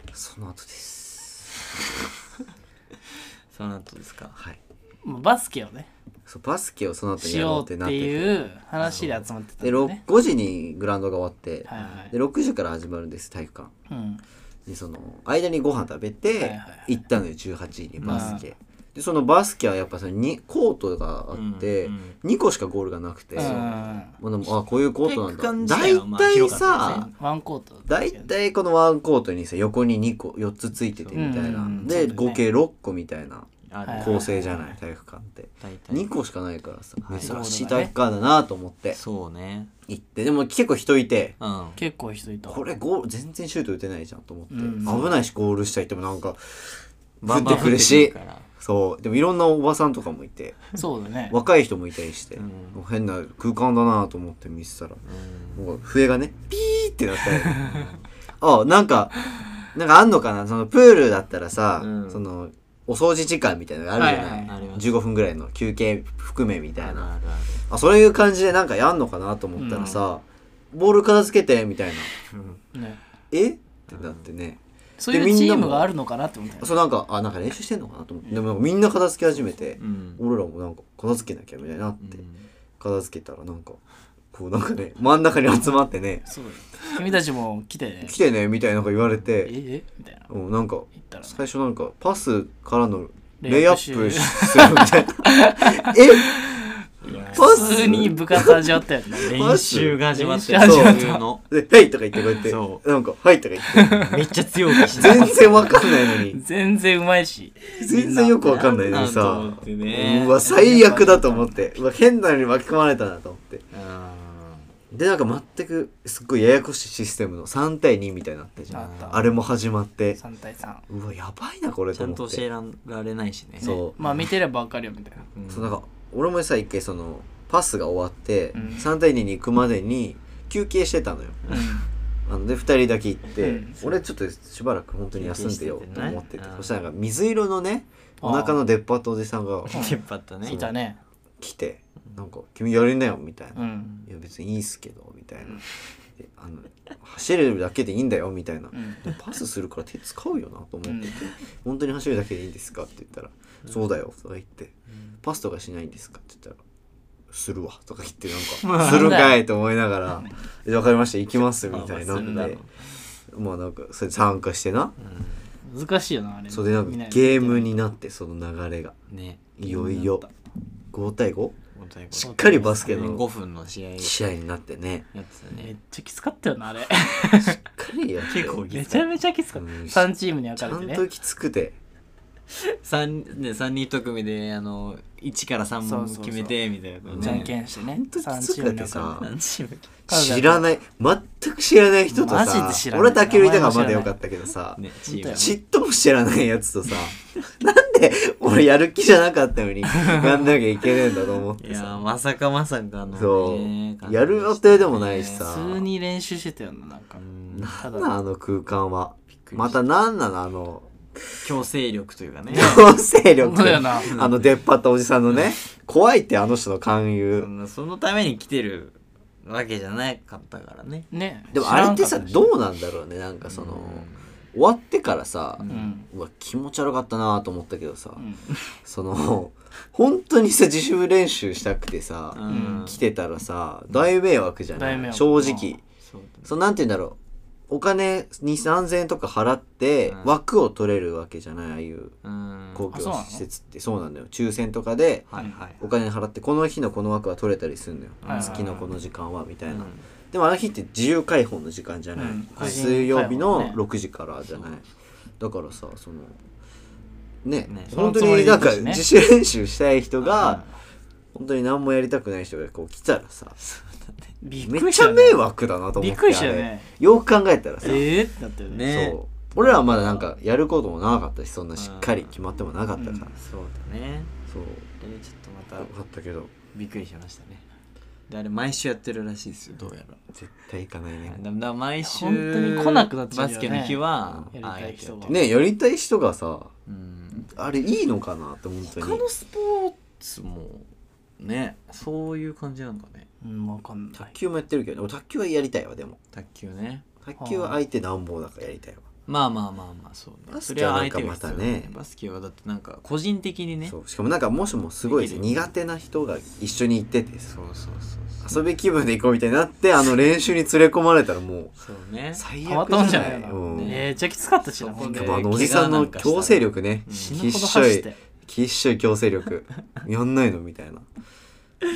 Speaker 3: い
Speaker 1: その後です
Speaker 2: その後ですか
Speaker 1: はい
Speaker 3: まあバスケをね
Speaker 1: そうバスケをその後に
Speaker 3: し
Speaker 1: やろ
Speaker 3: よ
Speaker 1: うっ
Speaker 3: う
Speaker 1: て
Speaker 3: っ
Speaker 1: なって
Speaker 3: て
Speaker 1: て
Speaker 3: いう話で集まってたん
Speaker 1: で
Speaker 3: だよね
Speaker 1: 5時にグラウンドが終わって、
Speaker 3: はいはい
Speaker 1: で6時から始まるんです体育館
Speaker 3: うん
Speaker 1: でその間にご飯食べ
Speaker 3: はい
Speaker 1: て
Speaker 3: はいは
Speaker 1: 行ったのよ18時にバスケ、でそのバスケはやっぱそのにコートがあって、
Speaker 2: うんうん
Speaker 1: 2個しかゴールがなくて、
Speaker 3: うん
Speaker 1: まあ、でもあこういうコートなんだ
Speaker 2: 体育館自体は
Speaker 1: 大
Speaker 2: まあ
Speaker 1: 体
Speaker 2: 広かった
Speaker 1: さ
Speaker 3: ワンコートだった
Speaker 1: 大
Speaker 3: けどね
Speaker 1: 体このワンコートにさ横に2個4つついててみたいな、
Speaker 3: うん
Speaker 1: で、
Speaker 3: そうだよね
Speaker 1: 合計6個みたいな
Speaker 2: あ
Speaker 3: はい
Speaker 1: 構成じゃない体育館って
Speaker 2: 大体
Speaker 1: 2個しかないからさ
Speaker 2: はい
Speaker 1: 珍しい体育館だなと思って
Speaker 2: そうね
Speaker 1: 行ってでも結構人いて
Speaker 2: うん
Speaker 3: 結構人いた
Speaker 1: これゴール全然シュート打てないじゃんと思って、
Speaker 3: うん
Speaker 1: 危ないしゴールしたいってもなんか
Speaker 2: バンバン
Speaker 1: 降ってくるし
Speaker 2: 降ってくるから
Speaker 1: そうでもいろんなおばさんとかもいて
Speaker 3: そうだね
Speaker 1: 若い人もいたりして、
Speaker 2: ん
Speaker 1: 変な空間だなと思って見てたら、もう笛がねピーってなったり あなんかなんかあんのかなそのプールだったらさ、
Speaker 2: うん
Speaker 1: そのお掃除時間みたいなのがあるじゃない、
Speaker 3: はいはい
Speaker 2: あります
Speaker 1: 15分ぐらいの休憩含めみたいな
Speaker 2: あるあるあ
Speaker 1: あそういう感じでなんかやんのかなと思ったらさ、ボール片付けてみたいな
Speaker 2: るうん
Speaker 3: ね
Speaker 1: えってなってね、
Speaker 3: そういう
Speaker 1: でみんな
Speaker 3: チ
Speaker 1: も
Speaker 3: ームがあるのかなって思ったよね
Speaker 1: そうなんかあなんか練習してんのかなと思ってでもなんかみんな片付け始めて
Speaker 2: う、ん
Speaker 1: 俺らもなんか片付けなきゃみたいになっ
Speaker 2: うん
Speaker 1: て、片付けたらなんかこうなんかね真ん中に集まってね
Speaker 3: そうだよ君たちも来てね
Speaker 1: 来てねみたいなこと言われ
Speaker 3: え
Speaker 1: て
Speaker 3: えみたいな
Speaker 1: うんなんか
Speaker 3: 言ったらね
Speaker 1: 最初なんかパスからのレ
Speaker 3: レ
Speaker 1: イ
Speaker 3: イ
Speaker 1: ア
Speaker 3: ア
Speaker 1: ッ
Speaker 3: ッ
Speaker 1: プ
Speaker 3: プ
Speaker 1: するみたい なえパ
Speaker 3: 普通に
Speaker 1: ス
Speaker 3: 部活始まったよね
Speaker 2: 練習が始まって
Speaker 3: 練習始まった
Speaker 2: そうい うの
Speaker 1: で「はい」とか言ってこうやって
Speaker 2: そ
Speaker 1: なんか「はい」とか言って
Speaker 2: めっちゃ強気して
Speaker 1: 全然わかんないのに
Speaker 3: 全然うまいし
Speaker 1: 全然よくわかんないのに
Speaker 2: なんなんと思
Speaker 1: さ
Speaker 2: ってね
Speaker 1: うわ最悪だと思ってうわ変なのに巻き込まれたなと思ってでなんか全くすっごいややこしいシステムの3対2みたいになってじゃん
Speaker 3: あった
Speaker 1: あれも始まって
Speaker 3: 3対3
Speaker 1: うわやばいなこれ
Speaker 2: ち
Speaker 1: と
Speaker 2: ゃん
Speaker 1: 思
Speaker 2: と
Speaker 1: って
Speaker 2: 教えられないしね
Speaker 1: そう
Speaker 3: まあ見てればわかるよみたいな
Speaker 2: うん
Speaker 1: そうなんか俺もさ一回そのパスが終わって、
Speaker 3: うん
Speaker 1: 3対2に行くまでに休憩してたのよあので2人だけ行って、
Speaker 3: うん
Speaker 1: 俺ちょっとしばらく本当に休んでようと思ってて
Speaker 2: 休憩しててね
Speaker 1: そしたらなんか水色のねお腹の出っ張ったおじさんが
Speaker 2: 出っ張ったね
Speaker 3: いたね
Speaker 1: 来て「なんか君やりなよ」みたいな「
Speaker 3: う
Speaker 1: い
Speaker 3: ん
Speaker 1: や別にいいっすけど」みたいな「であの走れるだけでいいんだよ」みたいな
Speaker 3: うん
Speaker 1: でもパスするから手使うよなと思ってて、
Speaker 3: うん
Speaker 1: 本当に走るだけでいいんですか?」って言ったら「そうだよ」とか言って「パスとかしないんですか?」って言ったら「するわ」とか言ってなんか「するんかい」と思いながら「でわかりました行きます」みたいになっ
Speaker 2: まあまあす
Speaker 1: て
Speaker 2: るだろ
Speaker 1: まあなんかそれ参加してな
Speaker 3: 難しいよなあれ
Speaker 1: それでなん
Speaker 3: み
Speaker 1: か
Speaker 3: なで
Speaker 1: ゲームになってその流れが
Speaker 2: ね
Speaker 1: いよいよ5対 5? しっ
Speaker 2: し
Speaker 1: かりバスケの
Speaker 2: 5分の試合やって
Speaker 1: 試合になってね
Speaker 2: た
Speaker 3: め
Speaker 2: ね
Speaker 3: っちゃきつかったよ なあれ
Speaker 1: しっかりやって
Speaker 2: 結構
Speaker 3: めちゃめちゃきつかっ
Speaker 1: うん
Speaker 3: た3チームに分
Speaker 1: ちゃ
Speaker 3: かれて
Speaker 1: ん
Speaker 3: ね
Speaker 1: ときつくて
Speaker 2: 三ね三人一組であの一から三
Speaker 3: そう
Speaker 2: 問
Speaker 3: そうそう
Speaker 2: 決めてみたいなね
Speaker 3: じゃんけんしてね
Speaker 1: とき
Speaker 3: 3
Speaker 1: つ
Speaker 3: チー
Speaker 1: く
Speaker 3: ムに
Speaker 1: て
Speaker 3: 分か
Speaker 1: さ
Speaker 2: 何チームだっ
Speaker 1: 知らない全く知らない人と
Speaker 3: マジで
Speaker 1: さ
Speaker 3: 知らない
Speaker 1: 俺たけるいたがまだよかったけどさ
Speaker 2: けねチーム
Speaker 3: 本当
Speaker 1: ちっとも知らないやつとさ なんで俺やる気じゃなかったのにやんなきゃいけねえんだと思っ
Speaker 2: い
Speaker 1: て
Speaker 2: やー
Speaker 1: さ
Speaker 2: まさかまさかのね
Speaker 1: そうやる予定でもないしさ
Speaker 3: れて普通に練習してたよななんか
Speaker 2: うん
Speaker 3: た
Speaker 1: なんなん
Speaker 3: だ
Speaker 1: あの空間は
Speaker 2: くりした
Speaker 1: またなんなのあの
Speaker 2: 強制力というかね
Speaker 1: 強制力
Speaker 3: 本当だよな
Speaker 1: あの出っ張ったおじさんのね怖いってあの人の勧
Speaker 2: そ
Speaker 1: 誘
Speaker 2: んなそのために来てるわけじゃなかったからね
Speaker 3: ね
Speaker 1: でもあれってさ
Speaker 3: 知らんか
Speaker 1: どうなんだろうねなんかその終わってからさ
Speaker 3: たうん
Speaker 1: うわ気持ち悪かったなと思ったけどさ
Speaker 3: うん
Speaker 1: その本当にさ自主練習したくてさ、
Speaker 2: うん
Speaker 1: 来てたらさ大迷惑じゃな
Speaker 3: 大迷
Speaker 1: い
Speaker 3: 惑
Speaker 1: 正直
Speaker 2: そうだね
Speaker 1: そのなんて言うんだろうお金2,3000円とか払って
Speaker 2: うん
Speaker 1: 枠を取れるわけじゃないああいう
Speaker 2: うん
Speaker 1: 公
Speaker 3: あそう
Speaker 1: 共
Speaker 3: なの
Speaker 1: 施設ってそうなんだよ抽選とかで
Speaker 2: はいはい
Speaker 1: お金払ってこの日のこの枠は取れたりするのよ
Speaker 3: はいはい
Speaker 1: 月のこの時間はみたいな
Speaker 2: うん
Speaker 1: でもあの日って自由開放の時間じゃない、
Speaker 3: うん
Speaker 1: はい水曜日
Speaker 3: 個人
Speaker 1: の
Speaker 3: 開放
Speaker 1: 6時からじゃない、だからさそのね
Speaker 2: ね
Speaker 1: 本当
Speaker 3: そのつも
Speaker 1: に
Speaker 3: り
Speaker 1: なんか
Speaker 3: だしね
Speaker 1: 自主練習したい人が、本当に何もやりたくない人がこう来たらさ
Speaker 3: びっく
Speaker 1: めっ
Speaker 3: りし
Speaker 1: ち
Speaker 3: た
Speaker 1: ゃ
Speaker 3: よね
Speaker 1: 迷惑だなと思って
Speaker 3: びっくりしたよね
Speaker 1: あれよく考えたらさ、
Speaker 3: ええってなったよね
Speaker 2: ね
Speaker 1: そう俺らはまだなんかやることもなかったしそんなしっかり決まってもなかったから、
Speaker 3: うん
Speaker 2: そうだね
Speaker 1: そう
Speaker 2: でちょっとまた
Speaker 1: よかったけど
Speaker 2: びっくりしましたねであれ毎週やってるらしいですよどうやら
Speaker 1: 絶対行かないね
Speaker 2: だだ毎週
Speaker 3: 本当に来なくなっちゃうよね
Speaker 2: バスケの日は
Speaker 3: やりたい人は
Speaker 2: あ
Speaker 1: ねやりたい人がさ
Speaker 2: うん
Speaker 1: あれいいのかなって本当
Speaker 2: 他
Speaker 1: に
Speaker 2: のスポーツもねそういう感じなのかね
Speaker 3: うんわかんな
Speaker 1: 卓
Speaker 3: い
Speaker 1: 球もやってるけどね俺卓球はやりたいわでも
Speaker 2: 卓球ね
Speaker 1: 卓球は相手なんぼだからやりたいわ
Speaker 2: まあまあまあまあそうね
Speaker 1: バス
Speaker 2: そ
Speaker 1: ケ
Speaker 2: れ
Speaker 1: は
Speaker 2: は
Speaker 1: なんか
Speaker 2: 相手が
Speaker 1: また
Speaker 2: 必
Speaker 1: ね
Speaker 2: 要だねバスケはだってなんか個人的にね
Speaker 1: そ
Speaker 2: そう
Speaker 1: うしかもなんかもしもすごい
Speaker 2: できる
Speaker 1: 苦手な人が一緒に行っててさ
Speaker 2: そうそうそう
Speaker 1: 遊び気分で行こうみたいになってあの練習に連れ込まれたらもう
Speaker 2: そうね
Speaker 1: 最
Speaker 3: たま
Speaker 1: 悪
Speaker 3: ったもん
Speaker 1: じ
Speaker 3: じ
Speaker 1: ゃな
Speaker 3: ゃないいよな
Speaker 1: うん
Speaker 2: ね
Speaker 3: めっちゃきつかったしな
Speaker 2: そこで
Speaker 1: でもあのおじさんの強制力ね
Speaker 2: うん
Speaker 3: 死ぬ
Speaker 1: 必
Speaker 3: ほど
Speaker 1: 死ょ
Speaker 3: 走っ
Speaker 1: い
Speaker 3: て
Speaker 1: きっしょい強制 力やんないのみたいな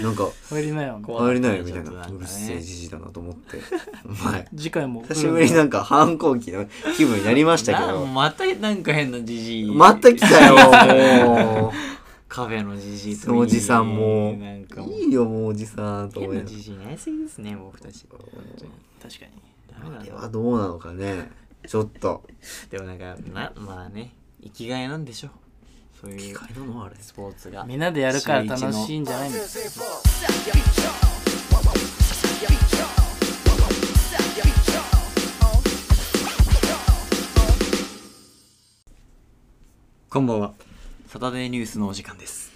Speaker 1: なんか
Speaker 3: 入りなよみたいな
Speaker 1: 入りないよみたい
Speaker 2: ちょっと
Speaker 1: な
Speaker 2: なん
Speaker 1: う
Speaker 2: かね
Speaker 1: るせえじじいだなと思って お前
Speaker 3: 次回も
Speaker 1: 久しぶりになんか反抗期の気分になりましたけ
Speaker 2: な
Speaker 1: ど
Speaker 2: またなんか変なじじい
Speaker 1: また来たよも
Speaker 2: カフェのじじいといい
Speaker 1: そのおじさんも
Speaker 2: なんか
Speaker 1: う
Speaker 2: もう
Speaker 1: いいよもうおじさんと思
Speaker 2: 変
Speaker 1: い
Speaker 2: な
Speaker 1: ながら
Speaker 2: じじいになりすぎですね僕たち本当に
Speaker 3: 確かに
Speaker 2: ダメだ
Speaker 1: あれ
Speaker 2: よ
Speaker 1: はどうなのかねちょっと
Speaker 2: でもなんかなまあね生きがいなんでしょうそういう
Speaker 1: 機械なのあれ
Speaker 2: スポーツが
Speaker 3: みんなでやるから楽しいんじゃないの
Speaker 2: こんばんはサタデーニュースのお時間です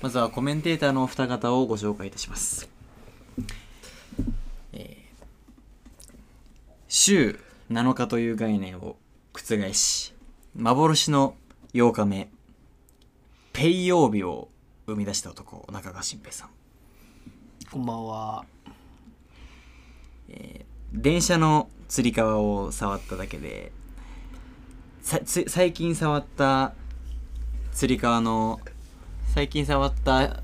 Speaker 2: まずはコメンテーターのお二方をご紹介いたしますえー週7日という概念を覆し幻の8日目ペイ曜日を生み出した男中川新平さん
Speaker 3: こんばんは
Speaker 2: 電車のつり革を触っただけでさつ最近触ったつり革の最近触った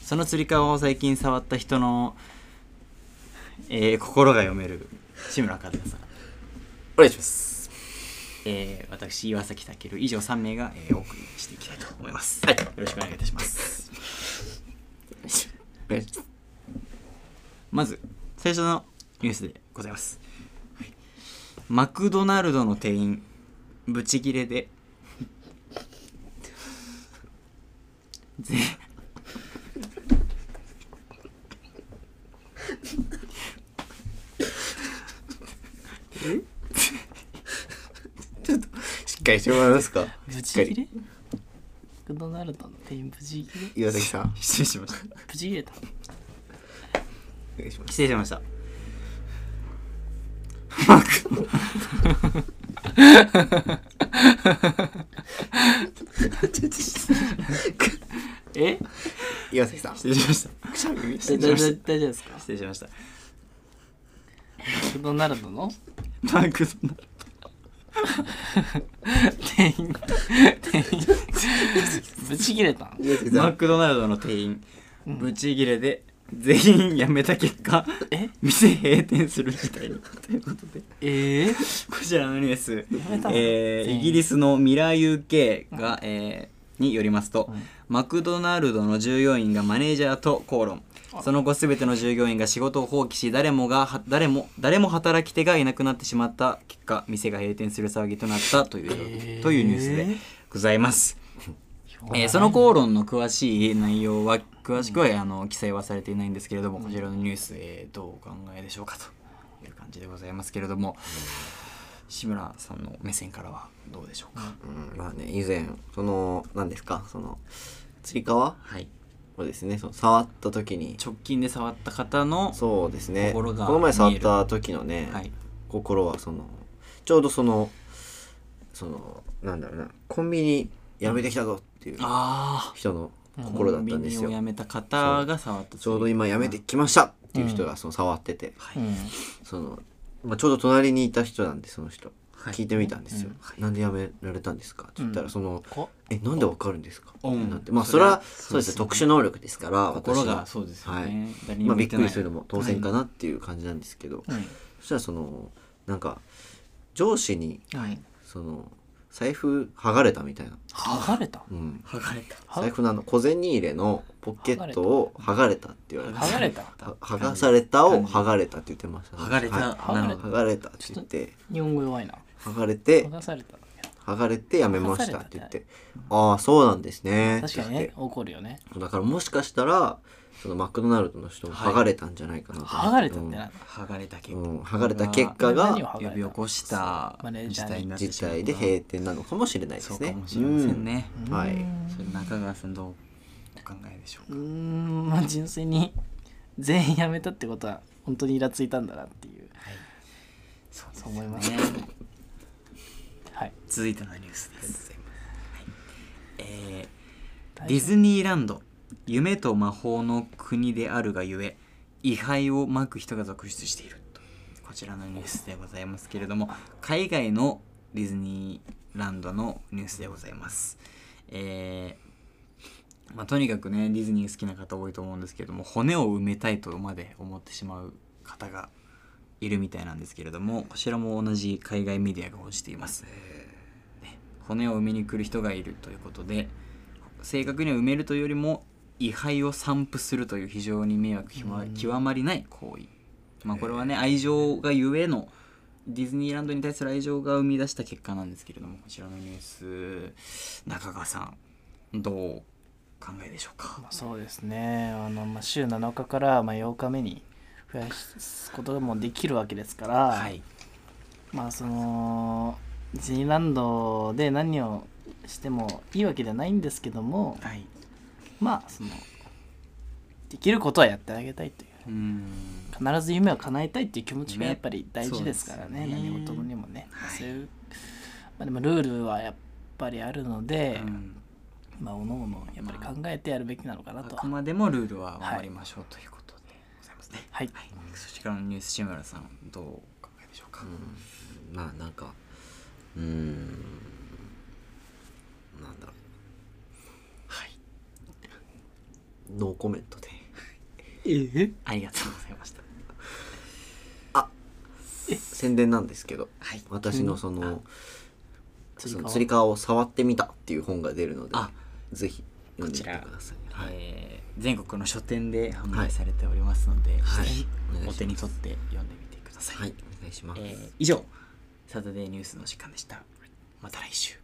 Speaker 2: そのつり革を最近触った人の、えー心が読める志村和也さん、
Speaker 1: お願いします
Speaker 2: えー私岩崎健以上3名が、えーお送りしていきたいと思います、
Speaker 1: はい
Speaker 2: よろしくお願いいたします
Speaker 1: お願いします
Speaker 2: まず最初のニュースでございます、はいマクドナルドの店員ブチギレでぜ
Speaker 1: しっかりしてもらえますか
Speaker 3: ブ
Speaker 1: しっ
Speaker 3: チ
Speaker 1: か
Speaker 3: ギ
Speaker 1: り
Speaker 3: レマクドナルドの店員ブチギレ
Speaker 1: 岩崎さん
Speaker 2: 失礼しました
Speaker 3: ブチギレた
Speaker 1: お願いし ます
Speaker 2: 失礼しましたマクド
Speaker 3: え
Speaker 1: 岩崎さん
Speaker 2: 失礼しました
Speaker 1: くしゃみして
Speaker 3: 大
Speaker 1: ま し
Speaker 3: 丈夫ですか
Speaker 2: 失礼しました
Speaker 3: マクドナルドの
Speaker 2: マクドナルド
Speaker 3: 店員店員ブチギレたん
Speaker 1: 岩崎さ
Speaker 2: マ
Speaker 1: ん
Speaker 2: クドナルドの店員ブチギレで全員辞めた結果
Speaker 3: え
Speaker 2: 店閉店する事態にということで
Speaker 3: え
Speaker 2: こちらのニュース
Speaker 3: めた、の
Speaker 2: え
Speaker 3: 全
Speaker 2: ー、
Speaker 3: 員
Speaker 2: イギリスのミラー UK が、えーによりますと、
Speaker 3: うん
Speaker 2: マクドナルドの従業員がマネージャーと口論その後全ての従業員が仕事を放棄し誰もがは誰も誰も働き手がいなくなってしまった結果店が閉店する騒ぎとなったという、
Speaker 3: えー
Speaker 2: というニュースでございます、えーそ
Speaker 3: の
Speaker 2: の口論の詳しい内容は詳しくは、あの記載はされていないんですけれども、こちらのニュース、えーどうお考えでしょうかという感じでございますけれども、志村さんの目線からはどうでしょうか、
Speaker 1: うんまあね以前その何ですかそのつり革
Speaker 2: はい
Speaker 1: をですねその触った時に
Speaker 2: 直近で触った方の
Speaker 1: そうですねこ
Speaker 2: 心が
Speaker 1: の前触った時のね、
Speaker 2: はい
Speaker 1: 心はそのちょうどそのそのなんだろうなコンビニやめてきたぞっていう
Speaker 2: あ
Speaker 1: 人の
Speaker 3: ん
Speaker 1: 心だったんです
Speaker 2: コンビニを
Speaker 1: よ、
Speaker 2: 辞めた方が触った
Speaker 1: ちょうど今やめてきましたっていう人がその触ってて、
Speaker 3: うん
Speaker 1: その、まあ、ちょうど隣にいた人なんでその人、
Speaker 2: はい
Speaker 1: 聞いてみたんですよ、
Speaker 2: うん
Speaker 1: なんでやめられたんですかって言ったら、
Speaker 3: うん
Speaker 1: その
Speaker 3: こ
Speaker 1: 「えなんでわかるんですか?」って
Speaker 2: うん
Speaker 1: なってまあそ
Speaker 2: そ
Speaker 1: れ
Speaker 2: れ
Speaker 1: は
Speaker 2: は
Speaker 1: そうですね
Speaker 2: そう
Speaker 1: 特殊能力ですから
Speaker 2: 心が
Speaker 1: 私
Speaker 2: そうですよ
Speaker 1: はい
Speaker 2: ね、誰に
Speaker 1: ま
Speaker 2: も
Speaker 1: あ、びっ
Speaker 2: 言て
Speaker 1: く
Speaker 2: ない
Speaker 1: りするのも当然かなっていう感じなんですけど、
Speaker 3: う
Speaker 1: そしたらそのなんか上司に
Speaker 3: んはい
Speaker 1: その財布剥がれたみたいな、
Speaker 3: 剥がれた
Speaker 1: うん、
Speaker 2: 剥がれた
Speaker 3: は
Speaker 1: 財布のあの小銭入れのポケットを剥がれたって言われて
Speaker 3: 剥がれた
Speaker 1: は剥がされたを剥がれたって言ってましたね
Speaker 2: 剥がれた、
Speaker 1: はい
Speaker 3: 剥がれた
Speaker 1: 剥がれたって言って
Speaker 3: 日本語弱いな
Speaker 1: 剥がれて
Speaker 3: 剥がされた
Speaker 1: 剥がれてやめましたって言っ
Speaker 3: 剥がされたって
Speaker 1: ああそうなんですねって
Speaker 3: 確
Speaker 1: 言
Speaker 3: か
Speaker 1: っ
Speaker 3: にね
Speaker 1: て
Speaker 3: 怒るよね
Speaker 1: だからもしかしたらそのマクドナルドの人も
Speaker 2: はい
Speaker 1: 剥がれたんじゃないかなと思って
Speaker 3: 剥がれたってな
Speaker 2: 剥がれた結
Speaker 1: う
Speaker 2: 果、
Speaker 1: んうん剥がれた結果
Speaker 3: 何を
Speaker 1: が
Speaker 3: 剥
Speaker 2: 呼び起こした
Speaker 3: マネージ
Speaker 2: 事
Speaker 3: ャーに
Speaker 2: 態になって
Speaker 1: 実
Speaker 2: しまう
Speaker 1: 態で閉店なのかもしれないで
Speaker 2: そ
Speaker 1: す
Speaker 2: う
Speaker 1: ね
Speaker 2: かもしれませんね、
Speaker 1: うんはいう
Speaker 2: それ中川さんどうお考えでしょう
Speaker 3: うー
Speaker 2: か、
Speaker 3: んまあ純粋に全員辞めたってことは本当にイラついたんだなっていう
Speaker 2: そう
Speaker 3: そう思います
Speaker 2: ね
Speaker 3: ねはい
Speaker 2: 続いてのニュースです、はいえーディズニーランド夢と魔法の国であるがゆえ位牌をまく人が続出しているとこちらのニュースでございますけれども海外のディズニーランドのニュースでございますえーまあ、とにかくねディズニー好きな方多いと思うんですけれども骨を埋めたいとまで思ってしまう方がいるみたいなんですけれどもこちらも同じ海外メディアが報じています、ね骨を埋めに来る人がいるということで正確には埋めるというよりも位牌を散布するという非常に迷惑極ま
Speaker 3: うん
Speaker 2: 極まりない行為、まあ、これはね愛情がゆえのディズニーランドに対する愛情が生み出した結果なんですけれどもこちらのニュース中川さんどうお考えでしょうか
Speaker 3: まあ、そうですねあの、まあ、週7日からまあ8日目に増やすこともできるわけですから、
Speaker 2: はい
Speaker 3: まあそのディズニーランドで何をしてもいいわけではないんですけども
Speaker 2: はい
Speaker 3: まあそのできることはやってあげたいという
Speaker 2: うん
Speaker 3: 必ず夢を叶えたいっていう気持ちが
Speaker 2: ね
Speaker 3: やっぱり大事ですからね
Speaker 2: そうですよね
Speaker 3: 何事にもね、
Speaker 2: はい
Speaker 3: そういう、まあ、でもルールはやっぱりあるので、
Speaker 2: うん
Speaker 3: まあおののやっぱり考えてやるべきなのかな
Speaker 2: あ
Speaker 3: と
Speaker 2: くまでもルールは守りましょうということでございますね
Speaker 3: はい
Speaker 2: はいそちらのニュース志村さんどうお考えでしょうか
Speaker 1: うんまあなんかうーんなんだろうはいノーコメントで
Speaker 3: え
Speaker 2: ありがとうございました
Speaker 1: 宣伝なんですけど、
Speaker 2: はい
Speaker 1: 私のその
Speaker 3: 釣
Speaker 1: その
Speaker 3: り革
Speaker 1: つり革を触ってみたっていう本が出るので
Speaker 2: あ
Speaker 1: ぜひ読んでみてくださいはい、
Speaker 2: えー全国の書店で販売されておりますので、
Speaker 1: はい
Speaker 2: ぜひ
Speaker 1: お願いします
Speaker 2: お手に取って読んでみてください、
Speaker 1: はい、お願いします、
Speaker 2: えー以上サタデーニュースの時間でしたまた来週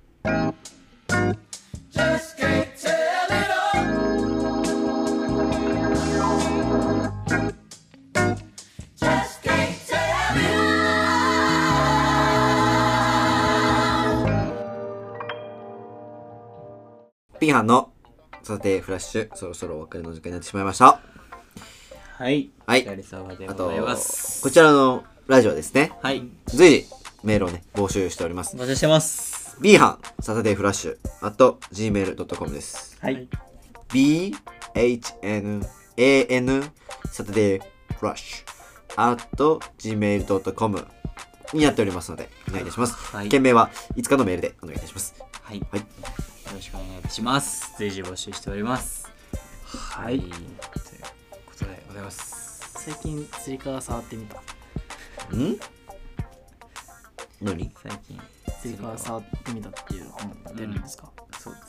Speaker 1: ピーハンのさてフラッシュそろそろお別れの時間になってしまいました
Speaker 2: はい
Speaker 1: はい
Speaker 2: お疲れ様で
Speaker 1: あ
Speaker 2: ご
Speaker 1: と
Speaker 2: ざいます
Speaker 1: こちらのラジオですね
Speaker 2: はい
Speaker 1: 随時メールをね募集しております
Speaker 2: お待ちしてます
Speaker 1: ビーハンサタデーフラッシュ at gmail.com です
Speaker 2: はい、
Speaker 1: BHNAN サタデーフラッシュ at gmail.com になっておりますのでお願いいたします、
Speaker 2: はい
Speaker 1: 件名は5日のメールでお願いいたします
Speaker 2: はい、よ
Speaker 1: はい
Speaker 2: ろしくお願いいたします随時募集しておりますはいということでございます
Speaker 3: 最近つり革触ってみた
Speaker 1: ん何
Speaker 2: 最近
Speaker 3: つり革触ってみたっていう本が出るんですか、
Speaker 2: そうです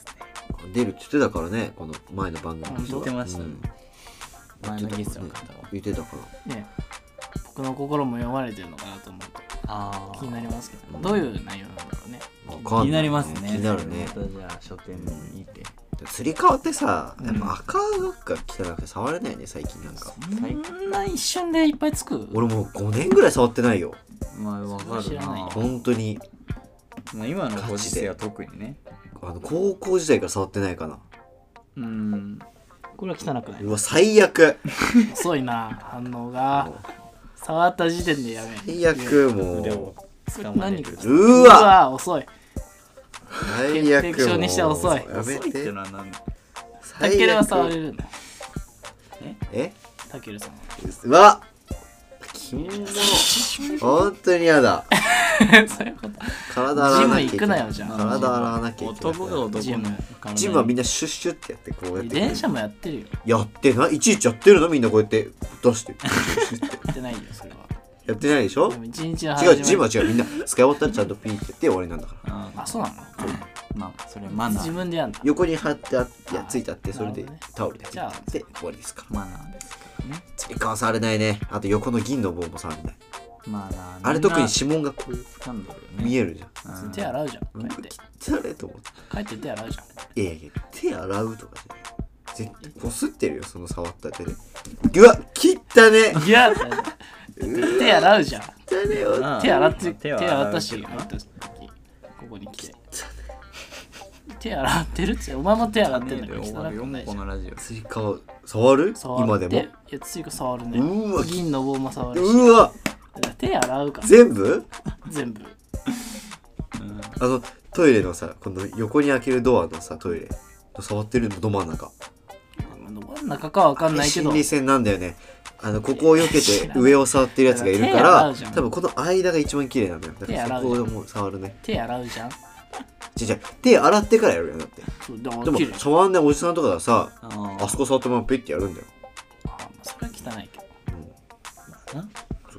Speaker 2: ね
Speaker 1: 出るって言ってたからねこの前の番組の人
Speaker 2: 言ってましたね前
Speaker 1: 言
Speaker 2: の
Speaker 1: って
Speaker 2: ゲ
Speaker 1: た
Speaker 2: ス
Speaker 1: から
Speaker 2: トの
Speaker 1: ね
Speaker 2: 方は
Speaker 1: 言ってたから
Speaker 3: ね僕の心も読まれてるのかなと思うと
Speaker 2: あー
Speaker 3: 気になりますけどどういう内容なんだろうね
Speaker 1: わかん
Speaker 2: 気になりますね
Speaker 1: 気になるね
Speaker 2: それまたじゃあ書店に行って
Speaker 1: つり革ってさやっぱ赤が汚くて触れないね最近なんか
Speaker 3: そんな一瞬でいっぱいつく
Speaker 1: 俺もう5年ぐらい触ってないよ
Speaker 2: まあわか
Speaker 3: そ
Speaker 2: る
Speaker 3: れは知ら
Speaker 2: な
Speaker 3: ないよ
Speaker 1: 本当に
Speaker 2: まあ、今のご時世は特にね
Speaker 1: あの高校時代から触ってないかな
Speaker 2: うん
Speaker 3: これは汚くないう
Speaker 1: わ最悪
Speaker 3: 遅いな反応 が触った時 点でやべえ
Speaker 1: 最悪も
Speaker 2: 腕
Speaker 1: う
Speaker 2: を掴まれる
Speaker 3: 何
Speaker 1: うわ
Speaker 3: 遅い
Speaker 1: 最悪もう
Speaker 3: 決定症にしては遅い
Speaker 1: やめ
Speaker 2: 遅いって
Speaker 1: て
Speaker 2: のは何
Speaker 3: タ
Speaker 1: 最悪
Speaker 3: ケルは触れるの
Speaker 1: え
Speaker 3: タケルさん
Speaker 1: うわキモ本当にやだ
Speaker 3: そういうこと
Speaker 1: 体洗わなきゃいけ
Speaker 3: ジム行くな
Speaker 1: ない
Speaker 3: よじゃあ
Speaker 1: 体洗わなきゃいけない
Speaker 2: 男が男の
Speaker 3: ジム
Speaker 2: 体に
Speaker 1: ジムはみんなシュッシュってやってこうやって
Speaker 3: 電車もやってるよ
Speaker 1: やってないいちいちやってるのみんなこうやって出 して
Speaker 3: やってないよそれは
Speaker 1: やってないでしょ
Speaker 3: でも一日の
Speaker 1: 違うジムは
Speaker 3: ま
Speaker 1: 違うみんな使い終わったらちゃんとピーってやって終わりなんだから
Speaker 2: あー
Speaker 3: あそうなの
Speaker 2: まあそれマナ
Speaker 3: 自
Speaker 2: ー
Speaker 3: 分でやんだ
Speaker 1: 横に貼ってあっていや
Speaker 3: あ
Speaker 1: ついてあってそれで
Speaker 3: なるほどね
Speaker 1: タオルで
Speaker 3: じゃあ
Speaker 1: で終わりですから
Speaker 2: マナーですからね
Speaker 1: つり革触れないねあと横の銀の棒も触れない
Speaker 2: マナー
Speaker 1: あれ特に指紋がこう
Speaker 2: 掴んでるよね
Speaker 1: 見えるじゃん
Speaker 2: うん
Speaker 3: 手洗うじゃん
Speaker 1: うわ
Speaker 3: 帰って
Speaker 1: 汚れと思っ
Speaker 3: 帰って手洗うじゃん
Speaker 1: ていやいや手洗うとかじゃない絶対こすってるよその触った手でうわ切ったね
Speaker 3: いやだって手洗うじゃん
Speaker 1: 切ったねよ
Speaker 2: まあ
Speaker 3: 手洗って手
Speaker 2: 手は
Speaker 3: 洗ったし
Speaker 2: けど
Speaker 3: 入
Speaker 2: な
Speaker 3: った時ここに来て手洗ってるってお前も手洗ってんだけど
Speaker 2: 終
Speaker 3: 汚
Speaker 2: わるよ
Speaker 3: く
Speaker 2: も
Speaker 3: ない
Speaker 2: う
Speaker 3: じ
Speaker 2: こ
Speaker 3: ゃん
Speaker 2: のラジオ
Speaker 1: つり革触る
Speaker 3: 触って
Speaker 1: 今でも
Speaker 3: いやついか触るね
Speaker 1: うわ
Speaker 3: 銀の棒も触るし
Speaker 1: うわ
Speaker 3: 手洗うから
Speaker 1: 全部
Speaker 3: 全部
Speaker 1: あのトイレのさこの横に開けるドアのさトイレ触ってるのど真ん中
Speaker 3: 真ん中かは分かんないけど
Speaker 1: 心理戦なんだよねあのここを避け
Speaker 3: 知
Speaker 1: て
Speaker 3: らない
Speaker 1: 上を触ってるやつがいるか
Speaker 3: 手洗
Speaker 1: ら
Speaker 3: うじゃん
Speaker 1: 多分この間が一番綺麗なんだよだか
Speaker 3: 手
Speaker 1: ら
Speaker 3: 洗う
Speaker 1: そ
Speaker 3: じゃん
Speaker 1: こをもう触るね
Speaker 3: 手洗うじゃん
Speaker 1: じゃじゃ手洗ってからやるよだって
Speaker 3: そうでも
Speaker 1: でも
Speaker 3: 切るあ
Speaker 1: 触んないおじさんとかがさ
Speaker 2: あー
Speaker 1: あそこ触ったままピッてやるんだよ
Speaker 3: まあそれは汚いけど
Speaker 1: そう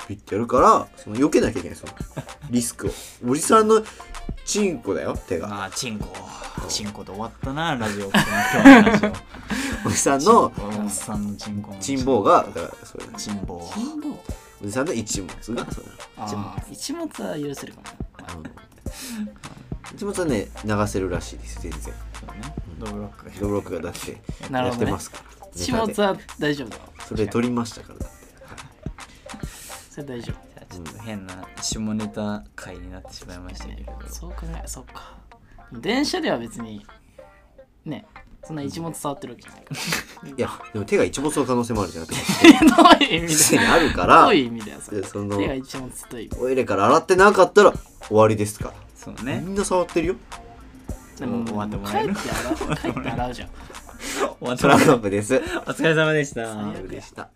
Speaker 1: ピッてやるからその避けなきゃいけ ないそのリスクをおじさんのチンコだよ手が
Speaker 2: まあチンコチンコで終わったなラジオこの今日のラジオ
Speaker 1: おじさんの
Speaker 2: おっさんのチンコの
Speaker 1: チンボウがだからそれ
Speaker 2: チンボウ
Speaker 3: 貧乏
Speaker 1: おじさんの一物がそれ
Speaker 3: あー一物は許せるかも
Speaker 1: あの一物はね流せるらしいです全然
Speaker 2: そうね
Speaker 1: うん
Speaker 3: ドブロック
Speaker 1: ドブロックがだって
Speaker 3: なる
Speaker 1: や
Speaker 3: ほ
Speaker 1: っ
Speaker 3: ど
Speaker 1: て
Speaker 3: ね
Speaker 1: ますから、
Speaker 3: 始
Speaker 1: ネタで
Speaker 3: 末は大丈夫だわ
Speaker 1: それ取りましたからだって
Speaker 3: それ大丈夫
Speaker 2: じゃあちょっと変な下ネタ回になってしまいましたけれど
Speaker 3: そう考えそうか電車では別にねそんな一物触ってるわけじゃ ないから
Speaker 1: いやでも手が一没の可能性もあ るじゃん
Speaker 3: どういう意味
Speaker 1: 癖
Speaker 3: だ
Speaker 1: に
Speaker 3: よ
Speaker 1: あるか
Speaker 3: ど
Speaker 1: ら
Speaker 3: ういう意味だよそれ
Speaker 1: いやその
Speaker 3: 手が一物という
Speaker 1: トイレから洗ってなかったら終わりですか
Speaker 2: そう
Speaker 1: ら
Speaker 2: ね
Speaker 1: みんな触ってるよ
Speaker 3: でも帰
Speaker 2: 終わっ
Speaker 3: ってて
Speaker 2: もらえる
Speaker 3: 洗う帰って洗うじゃん
Speaker 2: 終わ っ
Speaker 1: トランプです
Speaker 2: お疲れ様でした
Speaker 3: 最悪
Speaker 1: でした